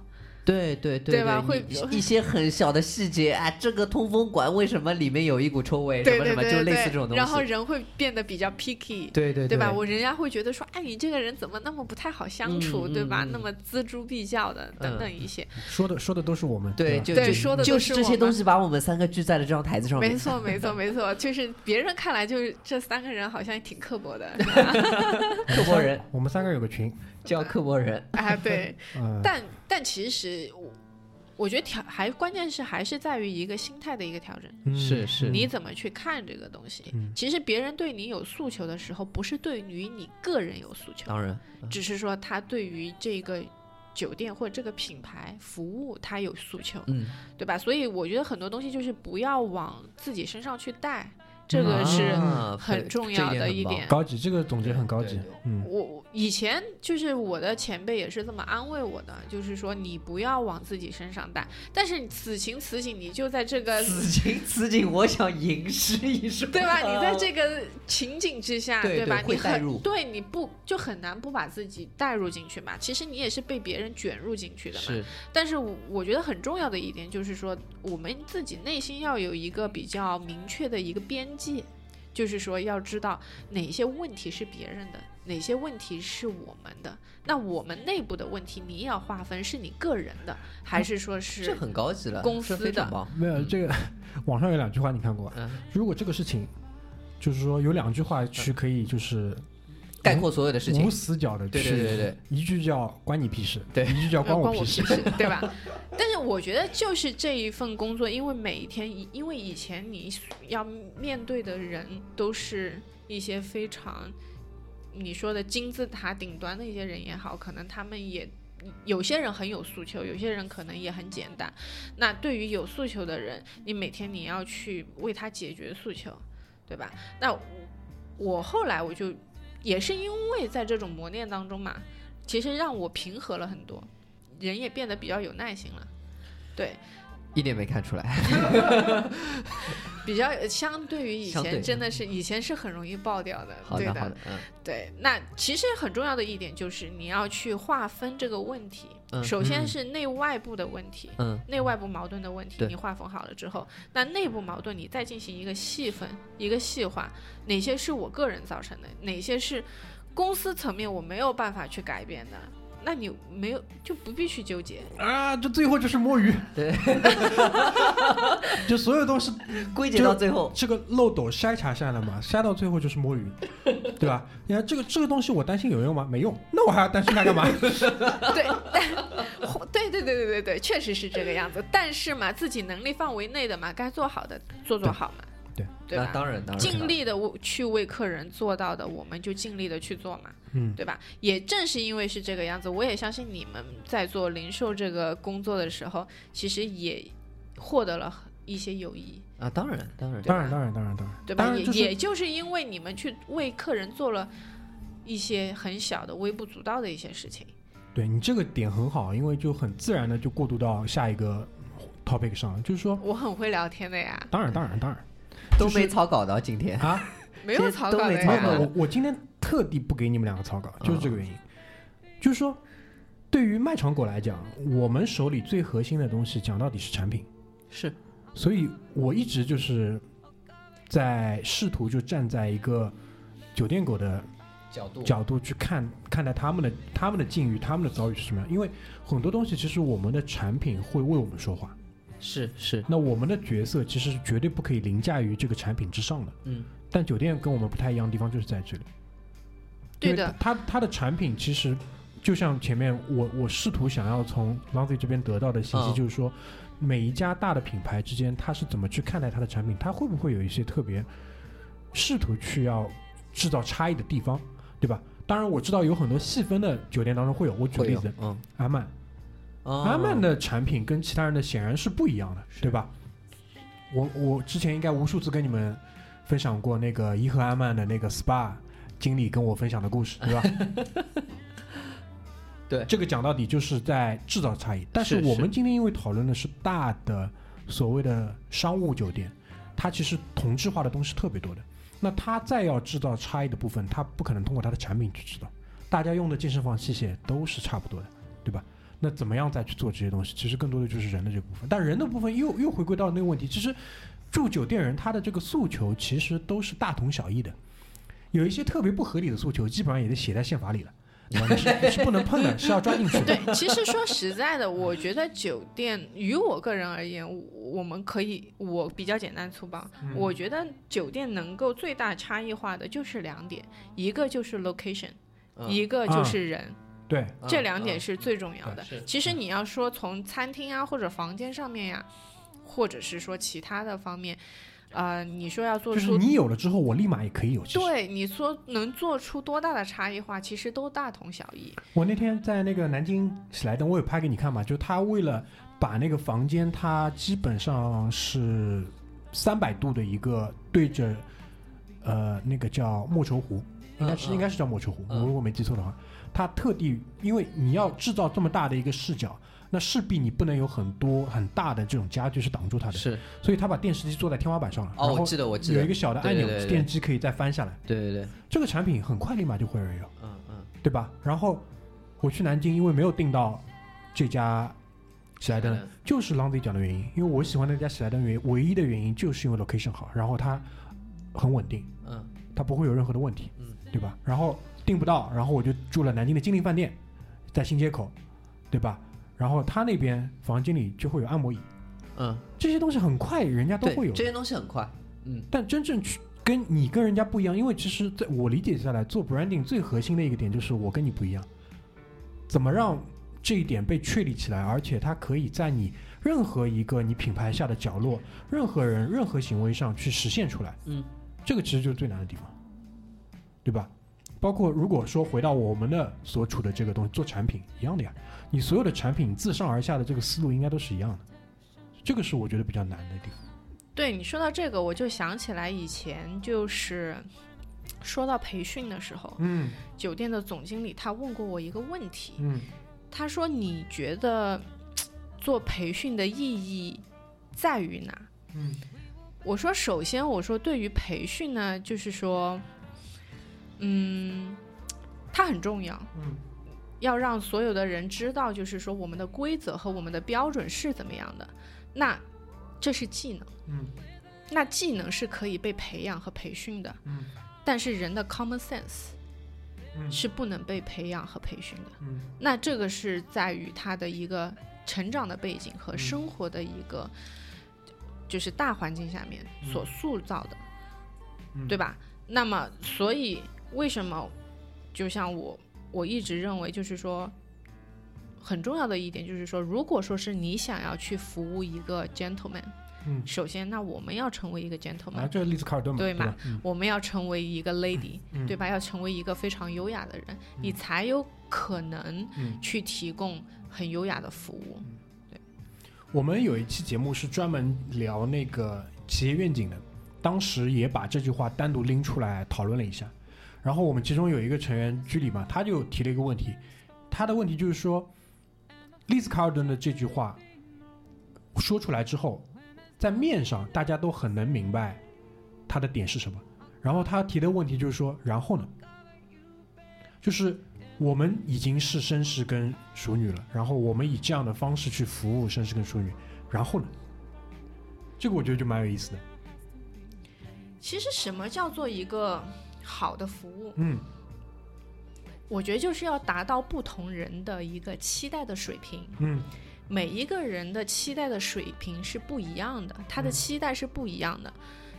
B: 对对对
D: 对吧会
B: 你一些很小的细节啊，这个通风管为什么里面有一股臭味，什么什么，就类似这种东西。
D: 然后人会变得比较 picky，
B: 对对
D: 吧？我人家会觉得说，哎，你这个人怎么那么不太好相处，
B: 嗯
D: 对
B: 嗯
D: 吧？
B: 嗯
D: 那么锱铢必较的等等
B: 嗯
D: 一些，
C: 说的说的都是我们，
B: 对
C: 吧
B: 就
D: 对
B: 就
D: 说的都
B: 就是
D: 是
B: 这
D: 我
B: 些东
D: 们
B: 西把我们三个聚在了这张台子上面。
D: 没错，没错，没错，就是别人看来就是这三个人好像挺刻
B: *laughs*
D: 薄的，
B: *laughs* 刻薄人
C: 我们三个有个群，
B: 叫刻薄人，
D: 啊，对，
C: 嗯，
D: 但但其实我我觉得调还关键是还是在于一个心态的一个调整。
C: 嗯
B: 是是
D: 你怎么去看这个东西？
C: 嗯
D: 其实别人对你有诉求的时候，不是对于你个人有诉求，
B: 当然
D: 只是说他对于这个酒店或者这个品牌服务他有诉求，
B: 嗯，
D: 对吧？所以我觉得很多东西就是不要往自己身上去带，这个是
B: 嗯啊
D: 很
B: 对
D: 重
B: 这
D: 要的
B: 一
D: 一
B: 点很
D: 点。
C: 高级，这个总结很高级
B: 对对，
C: 嗯，
D: 我我以前就是我的前辈也是这么安慰我的，就是说你不要往自己身上带，但是此情此景，你就在这个
B: 棒。此情此景，我想吟诗一首。
D: 对吧？你在这个情景之下，
B: 呃对对
D: 吧？
B: 会
D: 你
B: 带入
D: 很对，你不就很难不把自己带入进去嘛？其实你也是被别人卷入进去的嘛。
B: *laughs* 是
D: 但是我我觉得很重要的一点就是说，我们自己内心要有一个比较明确的一个边界，就是说要知道哪些问题是别人的，哪些问题是我们的。那我们内部的问题，你也要划分是你个人的，还是说
B: 这
D: 是
B: 很高级了，
D: 公
B: 这
D: 司
B: 非常
D: 的
B: 棒。
C: 没有
B: 嗯
C: 这个，网上有两句话你看过吧，
B: 嗯
C: 如果这个事情，就是说有两句话去可以就是
B: 概括所有的事情
C: 无。死角的去，
B: 对对对对对
C: 一句叫关你屁事，
B: 对
C: 一句叫
D: 要
C: 关我
D: 屁
C: 屁事，
D: 事， *laughs* 对吧？但是我觉得就是这一份工作，因为每一天，因为以前你要面对的人都是一些非常你说的金字塔顶端的一些人也好，可能他们也。有些人很有诉求，有些人可能也很简单。那对于有诉求的人，你每天你要去为他解决诉求，对吧？那我我后来我就也是因为在这种磨练当中嘛，其实让我平和了很多。人也变得比较有耐心了，对，
B: 一点没看出来。
D: 比较相对于以
B: 相对
D: 前，真的是以前是很容易爆掉的，
B: 好
D: 对
B: 的好的，嗯
D: 对。那其实很重要的一点就是你要去划分这个问题，
B: 嗯
D: 首先是内外部的问题。
B: 嗯
D: 内外部矛盾的问题，
B: 对
D: 你划分好了之后，那内部矛盾你再进行一个细分、一个细化，哪些是我个人造成的，哪些是公司层面我没有办法去改变的，那你没有就不必去纠结。
C: *laughs* 啊，这最后就是摸鱼，
B: 对，
C: *laughs* 就所有东西
D: 嗯
B: 归结到最后，
C: 这个漏斗筛查下来嘛，筛到最后就是摸
D: *laughs*
C: 鱼，对吧？你看这个这个东西我担心有用吗？没用，那我还要担心它干
D: *laughs*
C: 嘛？
D: 对，但对对对对对对，确实是这个样子。但是嘛，自己能力范围内的嘛，该做好的做做好嘛，
C: 对
D: 对
B: 那
D: 吧？
B: 当然当然，
D: 尽力的去为客人做到的，我们就尽力的去做嘛，
C: 嗯，
D: 对吧？也正是因为是这个样子，我也相信你们在做零售这个工作的时候，其实也获得了一些友谊，
B: 啊，当然当然，
C: 当然当然当然当然，
D: 对吧？
C: 当然
D: 也
C: 就是
D: 也就是因为你们去为客人做了一些很小的、微不足道的一些事情。
C: 对你这个点很好，因为就很自然的就过渡到下一个 topic 上了，就是说，
D: 我很会聊天的呀，
C: 当然当然当然
B: 都
C: 就是
B: 没草稿的啊今天。
D: *laughs*
C: 啊，
D: 没
B: 其
D: 有
B: 实
D: 草
B: 都
D: 稿
B: 没
D: 的
B: 草
D: 呀
B: 稿
C: 没有，我我今天特地不给你们两个草稿，就是
D: 嗯
C: 这个原因，就是说，对于卖场狗来讲，我们手里最核心的东西，讲到底是产品。
B: 是，
C: 所以我一直就是在试图就站在一个酒店狗的
B: 角度
C: 角度去看看待他们的他们的境遇、他们的遭遇是什么样。因为很多东西其实我们的产品会为我们说话，
B: 是是，
C: 那我们的角色其实是绝对不可以凌驾于这个产品之上的。
B: 嗯，
C: 但酒店跟我们不太一样的地方就是在这里，
D: 对
C: 因为
D: 的，
C: 它它的产品其实。就像前面我我试图想要从 Lancy 这边得到的信息，
B: 嗯
C: 就是说，每一家大的品牌之间，它是怎么去看待它的产品，它会不会有一些特别试图去要制造差异的地方，对吧？当然，我知道有很多细分的酒店当中会有。我举个
B: 会
C: 例
B: 有
C: 子，
B: 嗯，哦
C: 阿曼，阿
B: 阿
C: 曼的产品跟其他人的显然是不一样的，对吧？我我之前应该无数次跟你们分享过那个颐和阿曼的那个 SPA 经理跟我分享的
B: *laughs*
C: 故事，对吧？
B: 对
C: 这个讲到底就是在制造差异。但是
B: 是是
C: 我们今天因为讨论的是大的所谓的商务酒店，它其实同质化的东西特别多的。那它再要制造差异的部分，它不可能通过它的产品去制造。大家用的健身房器械都是差不多的，对吧？那怎么样再去做这些东西？其实更多的就是人的这部分，但人的部分又又回归到那个问题，其实住酒店人他的这个诉求其实都是大同小异的，有一些特别不合理的诉求，基本上也是写在宪法里了，对吧你是 *laughs* 你是不能碰
D: *laughs*
C: 的，是要抓进去的。
D: 对，其实说实在的，我觉得酒店于我个人而言，我我们可以，我比较简单粗暴，
C: 嗯
D: 我觉得酒店能够最大差异化的就是两点，一个就是 location，、一
B: 嗯
D: 个就是人，
C: 对，
D: 这两点是最重要的。
B: 是
D: 其实你要说从餐厅啊或者房间上面呀、或者是说其他的方面，呃，你说要做
C: 就是
D: 出。
C: 你有了之后，我立马也可以有。其实
D: 对你说能做出多大的差异化，其实都大同小异。
C: 我那天在那个南京喜来登，我有拍给你看嘛，就他为了把那个房间，它基本上是三百度的一个对着，呃，那个叫莫愁湖，应该
B: 嗯
C: 是、
B: 嗯
C: 应该是叫莫愁湖，
B: 嗯
C: 我如果没记错的话，他特地因为你要制造这么大的一个视角，那势必你不能有很多很大的这种家具是挡住它的，
B: 是
C: 所以他把电视机做在天花板上了，
B: 哦，
C: 然
B: 我
C: 后
B: 记得我记
C: 有
B: 得
C: 一，个小的
B: 对
C: 按钮，
B: 对对对
C: 电视机可以再翻下来，
B: 对对对，
C: 这个产品很快立马就会有人有。
B: 嗯嗯，
C: 对吧？然后我去南京，因为没有订到这家喜来
B: 嗯
C: 登，就是 Landy 讲的原因，因为我喜欢那家喜来登原唯一的原因就是因为 location 好，然后它很稳定，
B: 嗯
C: 它不会有任何的问题，
B: 嗯，
C: 对吧？然后订不到，然后我就住了南京的金陵饭店，在新街口，对吧？然后他那边房间里就会有按摩椅，
B: 嗯，
C: 这些东西很快人家都
B: 对
C: 会有，
B: 这些东西很快，嗯，
C: 但真正去跟你跟人家不一样，因为其实在我理解下来，做 branding 最核心的一个点就是我跟你不一样，怎么让这一点被确立起来，而且它可以在你任何一个你品牌下的角落、任何人、任何行为上去实现出来。
B: 嗯，
C: 这个其实就是最难的地方，对吧？包括如果说回到我们的所处的这个东西做产品一样的呀，你所有的产品自上而下的这个思路应该都是一样的，这个是我觉得比较难的地方。
D: 对你说到这个，我就想起来以前就是说到培训的时候，
C: 嗯
D: 酒店的总经理他问过我一个问题，
C: 嗯，
D: 他说：“你觉得做培训的意义在于哪？”
C: 嗯，
D: 我说：“首先，我说对于培训呢，就是说，嗯，它很重要。
C: 嗯，
D: 要让所有的人知道，就是说我们的规则和我们的标准是怎么样的。那这是技能。
C: 嗯，
D: 那技能是可以被培养和培训的。
C: 嗯，
D: 但是人的 common sense。”
C: 嗯
D: 是不能被培养和培训的。
C: 嗯
D: 那这个是在于他的一个成长的背景
C: 嗯
D: 和生活的一个，就是大环境下面所塑造的，
C: 嗯
D: 对吧？那么，所以为什么，就像我，我一直认为，就是说，很重要的一点就是说，如果说是你想要去服务一个 gentleman，
C: 嗯
D: 首先，那我们要成为一个 gentleman，、
C: 啊，这是丽兹卡尔顿嘛，
D: 对嘛
C: 吧？嗯
D: 我们要成为一个 lady，、
C: 嗯
D: 对吧？要成为一个非常优雅的人，你才有可能
C: 嗯
D: 去提供很优雅的服务。
C: 我们有一期节目是专门聊那个企业愿景的，当时也把这句话单独拎出来讨论了一下。然后我们其中有一个成员居里嘛，他就提了一个问题，他的问题就是说，丽兹卡尔顿的这句话说出来之后，在面上大家都很能明白他的点是什么。然后他提的问题就是说，然后呢？就是我们已经是绅士跟淑女了，然后我们以这样的方式去服务绅士跟淑女，然后呢？这个我觉得就蛮有意思的。嗯
D: 其实，什么叫做一个好的服务？
C: 嗯
D: 我觉得就是要达到不同人的一个期待的水平。
C: 嗯
D: 每一个人的期待的水平是不一样的，他的期待是不一样的。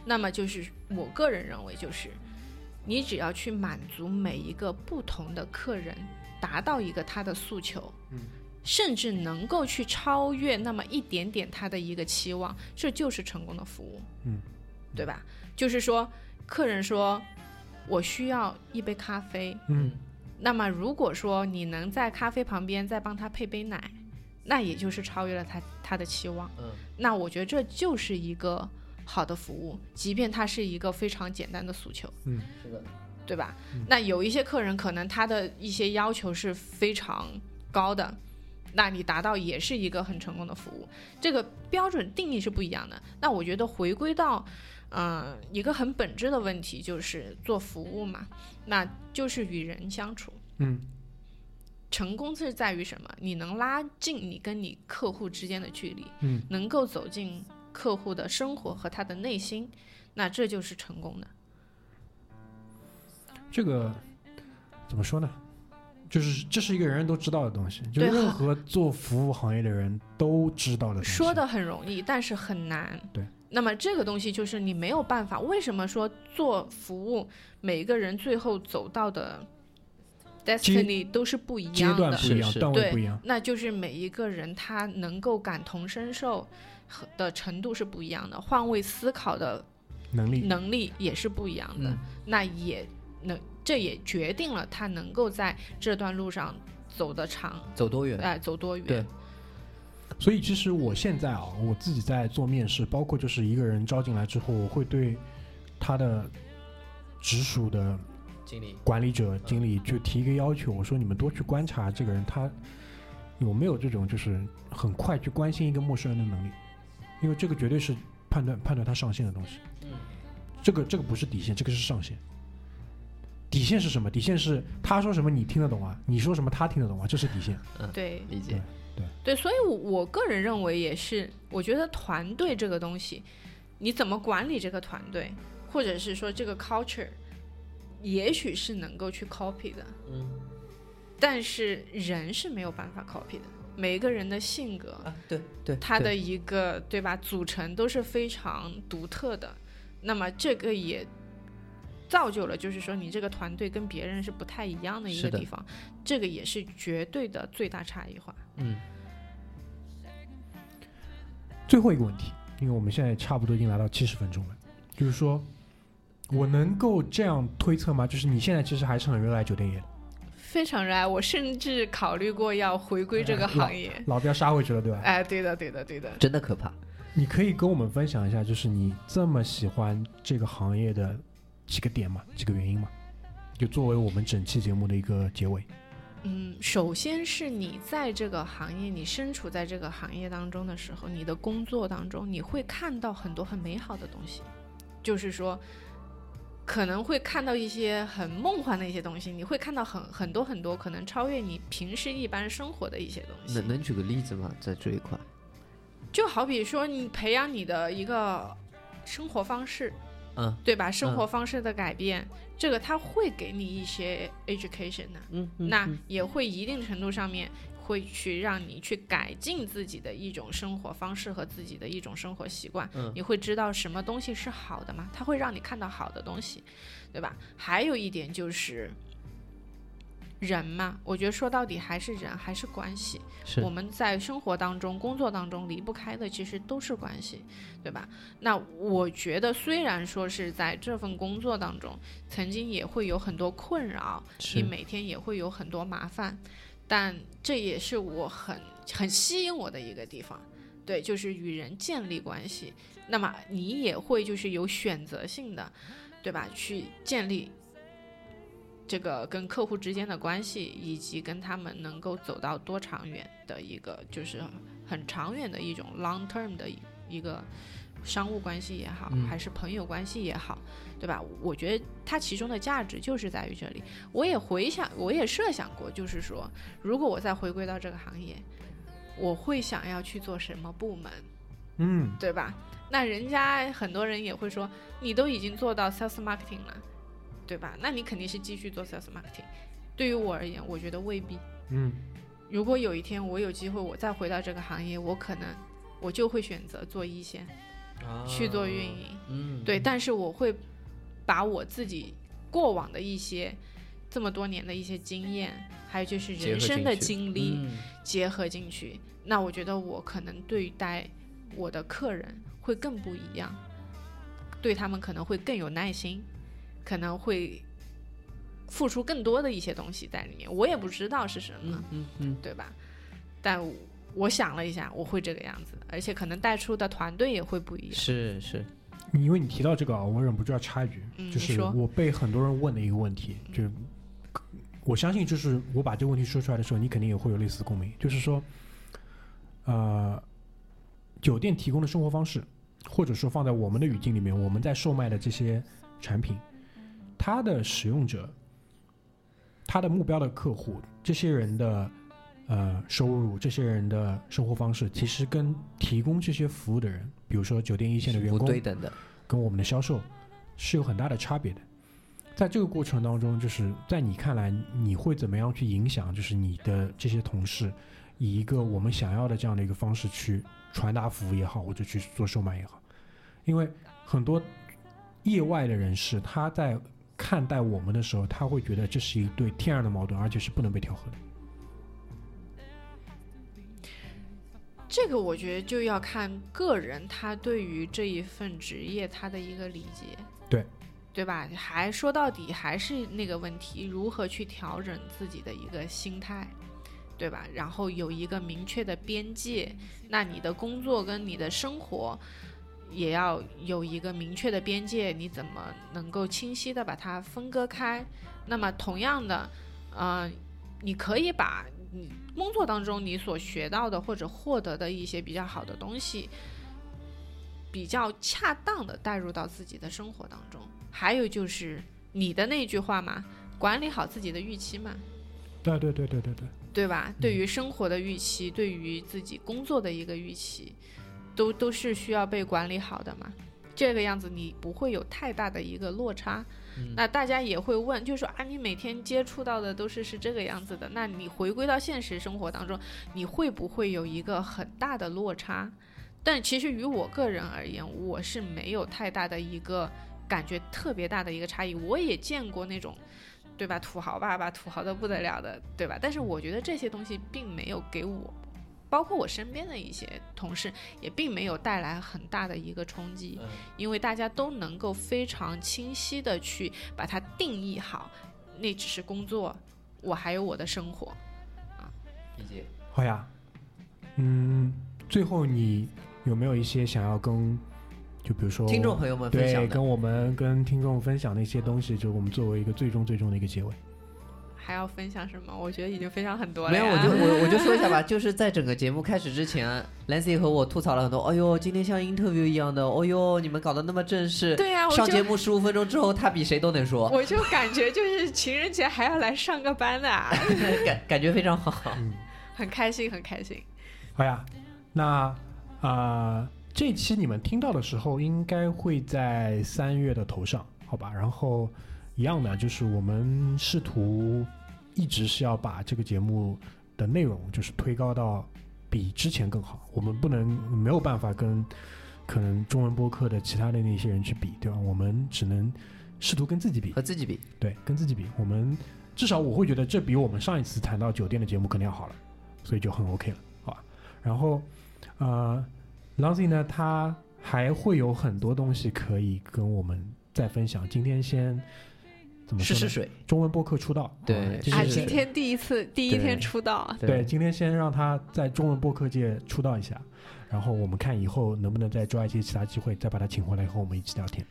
D: 那么就是我个人认为，就是你只要去满足每一个不同的客人，达到一个他的诉求，
C: 嗯
D: 甚至能够去超越那么一点点他的一个期望，这就是成功的服务，
C: 嗯，
D: 对吧？就是说，客人说我需要一杯咖啡，
C: 嗯
D: 那么如果说你能在咖啡旁边再帮他配杯奶，那也就是超越了他他的期望。
B: 嗯，
D: 那我觉得这就是一个好的服务，即便它是一个非常简单的诉求，
C: 嗯，
B: 是的，
D: 对吧？那有一些客人可能他的一些要求是非常高的。那你达到也是一个很成功的服务，这个标准定义是不一样的。那我觉得回归到，嗯、一个很本质的问题就是做服务嘛，那就是与人相处。
C: 嗯
D: 成功是在于什么？你能拉近你跟你客户之间的距离，
C: 嗯，
D: 能够走进客户的生活和他的内心，那这就是成功的。
C: 这个怎么说呢？就是这是一个人人都知道的东西，就
D: 对
C: 是任何做服务行业的人都知道的东西。
D: 说的很容易，但是很难。
C: 对。
D: 那么这个东西就是你没有办法。为什么说做服务，每个人最后走到的 destiny 都是不一
C: 阶
D: 样
C: 段
D: 的？
C: 不一样
B: 是，是
C: 段位
D: 对，
C: 不一样。
D: 那就是每一个人他能够感同身受和的程度是不一样的，换位思考的
C: 能力。
D: 能力也是不一样的，
B: 嗯
D: 那也能这也决定了他能够在这段路上走得长，
B: 走多远？
D: 哎、走多
B: 对
D: 远。
C: 所以其实我现在啊，我自己在做面试，包括就是一个人招进来之后，我会对他的直属的
B: 经理，
C: 管理者、经理就提一个要求，我说你们多去观察这个人，他有没有这种就是很快去关心一个陌生人的能力，因为这个绝对是判断判断他上限的东西。
B: 嗯，
C: 这个这个不是底线，这个是上限。底线是什么？底线是他说什么你听得懂啊，你说什么他听得懂啊，这是底线。
D: 对
B: 理解。
D: 对，所以我，我个人认为也是，我觉得团队这个东西，你怎么管理这个团队，或者是说这个 culture，也许是能够去 copy 的，
B: 嗯
D: 但是人是没有办法 copy 的，每一个人的性
C: 嗯
D: 格、
B: 啊，对对，
D: 它的
B: 对
D: 一个对吧组成都是非常独特的，那么这个也造就了就是说你这个团队跟别人是不太一样的一
B: 是
D: 个
B: 的
D: 地方，这个也是绝对的最大差异化。
B: 嗯，
C: 最后一个问题，因为我们现在差不多已经来到七十分钟了，就是说，我能够这样推测吗？就是你现在其实还是很热爱酒店业的，
D: 非常热爱，我甚至考虑过要回
B: *laughs*
D: 归这个行业。
C: 老被杀回去了，对吧？
D: 哎，对的，对的，对的。
B: 真的可怕。
C: 你可以跟我们分享一下，就是你这么喜欢这个行业的几个点吗？几个原因吗？就作为我们整期节目的一个结尾。
D: 嗯，首先是你在这个行业，你身处在这个行业当中的时候，你的工作当中，你会看到很多很美好的东西，就是说，可能会看到一些很梦幻的一些东西，你会看到很很多很多可能超越你平时一般生活的一些东西。
B: 能能举个例子吗？在这一块，
D: 就好比说，你培养你的一个生活方式，
B: 嗯
D: 对吧？
B: 嗯
D: 生活方式的改变，这个它会给你一些 education 呢、
B: 嗯，
D: 那也会一定程度上面会去让你去改进自己的一种生活方式和自己的一种生活习惯。
B: 嗯
D: 你会知道什么东西是好的嘛？它会让你看到好的东西，对吧？还有一点就是。人嘛，我觉得说到底还是人，还是关系。
B: 是
D: 我们在生活当中、工作当中离不开的，其实都是关系，对吧？那我觉得，虽然说是在这份工作当中，曾经也会有很多困扰，你
B: 是
D: 每天也会有很多麻烦，但这也是我很很吸引我的一个地方。对，就是与人建立关系，那么你也会就是有选择性的，对吧？去建立这个跟客户之间的关系，以及跟他们能够走到多长远的一个，就是很长远的一种 long term 的一一个商务关系也好，
B: 嗯
D: 还是朋友关系也好，对吧？我觉得它其中的价值就是在于这里。我也回想，我也设想过，就是说，如果我再回归到这个行业，我会想要去做什么部门，
C: 嗯，
D: 对吧？那人家很多人也会说，你都已经做到 sales marketing 了，对吧？那你肯定是继续做 sales marketing。对于我而言，我觉得未必。
C: 嗯，
D: 如果有一天我有机会，我再回到这个行业，我可能我就会选择做一线，
B: 啊
D: 去做运营。
B: 嗯，
D: 对，但是我会把我自己过往的一些这么多年的一些经验，还有就是
B: 结合
D: 人生的
B: 进去
D: 经历
B: 嗯
D: 结合进去。那我觉得我可能对待我的客人会更不一样，对他们可能会更有耐心，可能会付出更多的一些东西在里面。我也不知道是什么，
B: 嗯嗯嗯，
D: 对吧？但我我想了一下，我会这个样子，而且可能带出的团队也会不一样。
B: 是是，
C: 你因为你提到这个啊，我忍不住要插一句，
D: 嗯
C: 就
D: 你
C: 是
D: 说嗯
C: 我被很多人问的一个问题，就是我相信，就是我把这个问题说出来的时候，你肯定也会有类似的共鸣，就是说，呃，酒店提供的生活方式，或者说放在我们的语境里面，我们在售卖的这些产品，它的使用者，它的目标的客户，这些人的。呃，收入这些人的生活方式，其实跟提供这些服务的人，比如说酒店一线的员
B: 不
C: 工，
B: 对等的，
C: 跟我们的销售是有很大的差别的。在这个过程当中，就是在你看来，你会怎么样去影响，就是你的这些同事，以一个我们想要的这样的一个方式去传达服务也好，或者去做售卖也好，因为很多业外的人士，他在看待我们的时候，他会觉得这是一对天然的矛盾，而且是不能被调和的。
D: 这个我觉得就要看个人他对于这一份职业他的一个理解，
C: 对，
D: 对吧？还说到底还是那个问题，如何去调整自己的一个心态，对吧？然后有一个明确的边界，那你的工作跟你的生活也要有一个明确的边界，你怎么能够清晰的把它分割开？那么同样的，呃，你可以把你工作当中你所学到的或者获得的一些比较好的东西，比较恰当的带入到自己的生活当中。还有就是你的那句话嘛，管理好自己的预期嘛，
C: 对对对对对对，
D: 对吧？对于生活的预期，对于自己工作的一个预期，都都是需要被管理好的嘛。这个样子你不会有太大的一个落差。那大家也会问，就说啊，你每天接触到的都是是这个样子的，那你回归到现实生活当中，你会不会有一个很大的落差？但其实于我个人而言，我是没有太大的一个感觉特别大的一个差异。我也见过那种，对吧？土豪爸爸，土豪的不得了的，对吧？但是我觉得这些东西并没有给我，包括我身边的一些同事，也并没有带来很大的一个冲击，
B: 嗯
D: 因为大家都能够非常清晰的去把它定义好，那只是工作，我还有我的生活。
B: 理解。
C: 好呀，嗯，最后你有没有一些想要跟，就比如说
B: 听众朋友们分享
C: 对
B: 的
C: 跟我们跟听众分享的一些东西，就我们作为一个最终最终的一个结尾。
D: 还要分享什么？我觉得已经分享很多了
B: 没
D: 呀。
B: 有，我就
D: *laughs*
B: 我我就说一下吧，就是在整个节目开始之前，Lancy 和我吐槽了很多。哎呦，今天像 interview 一样的，哦呦，你们搞得那么正式。
D: 对啊呀、我
B: 上
D: 就
B: 节目十五分钟之后，他比谁都能说，
D: 我就感觉就是情人节还要来上个班的、啊，
B: 感感觉非常好。
D: 很开心，很开心。
C: 好呀，那啊、呃这期你们听到的时候，应该会在三月的头上，好吧？然后一样的，就是我们试图一直是要把这个节目的内容，就是推高到比之前更好。我们不能没有办法跟可能中文播客的其他的那些人去比，对吧？我们只能试图跟自己比，
B: 和自己比，
C: 对，跟自己比，我们至少我会觉得这比我们上一次谈到酒店的节目肯定要好了，所以就很 OK 了，好吧？然后，呃 l a n c y 呢，他还会有很多东西可以跟我们再分享。今天先怎么
B: 试
C: 说呢？
B: 试水。
C: 中文播客出道，
B: 对
C: 好吧
B: 是
D: 啊，
B: 是是
D: 今天第一次第一天出道，
C: 对，今天先让他在中文播客界出道一下，然后我们看以后能不能再抓一些其他机会，再把他请回来和我们一起聊天，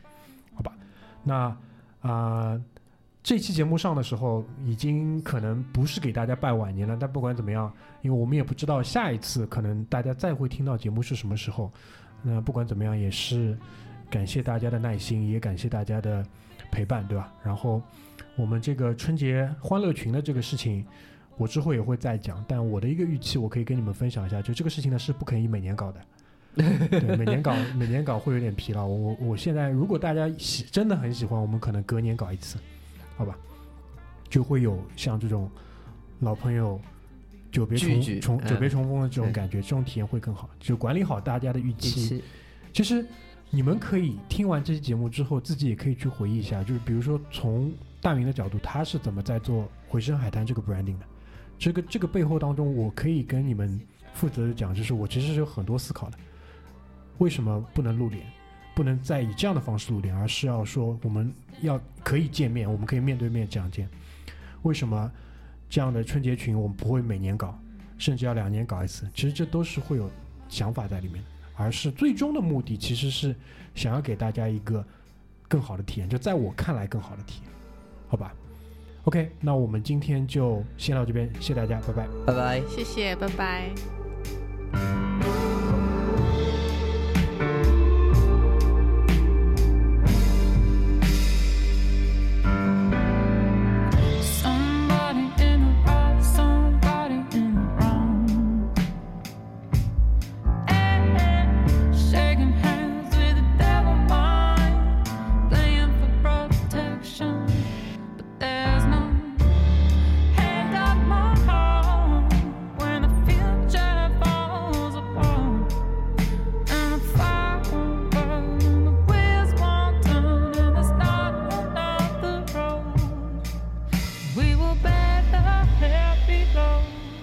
C: 好吧？那啊、呃这期节目上的时候，已经可能不是给大家拜晚年了，但不管怎么样，因为我们也不知道下一次可能大家再会听到节目是什么时候，那不管怎么样，也是感谢大家的耐心，也感谢大家的陪伴，对吧？然后我们这个春节欢乐群的这个事情。我之后也会再讲，但我的一个预期，我可以跟你们分享一下，就这个事情呢是不可以每年
B: *laughs*
C: 搞的，对，每年搞每年搞会有点疲劳。我我我现在如果大家喜真的很喜欢，我们可能隔年搞一次，好吧？就会有像这种老朋友久别重
B: 聚聚
C: 重久别
B: 嗯
C: 重逢的这种
B: 对
C: 感觉，这种体验会更好。就管理好大家的预
B: 一
C: 期，
B: 期
C: 其实你们可以听完这期节目之后，自己也可以去回忆一下，就是比如说从大明的角度，他是怎么在做回声海滩这个 branding 的。这个这个背后当中，我可以跟你们负责的讲，就是我其实是有很多思考的。为什么不能露脸？不能再以这样的方式露脸，而是要说我们要可以见面，我们可以面对面这样见。为什么这样的春节群我们不会每年搞，甚至要两年搞一次？其实这都是会有想法在里面的。而是最终的目的其实是想要给大家一个更好的体验，就在我看来更好的体验，好吧？OK，那我们今天就先到这边，谢谢大家，拜拜。
B: 拜拜。
D: 谢谢，拜拜。
A: Somebody in the right, somebody in the wrong. Shaking hands with the devil mind, playing for protection, but there's no hand up my heart when the future falls apart. And the fire won't burn, the wheels won't turn, and the start will not the road. We will bear the heavy load.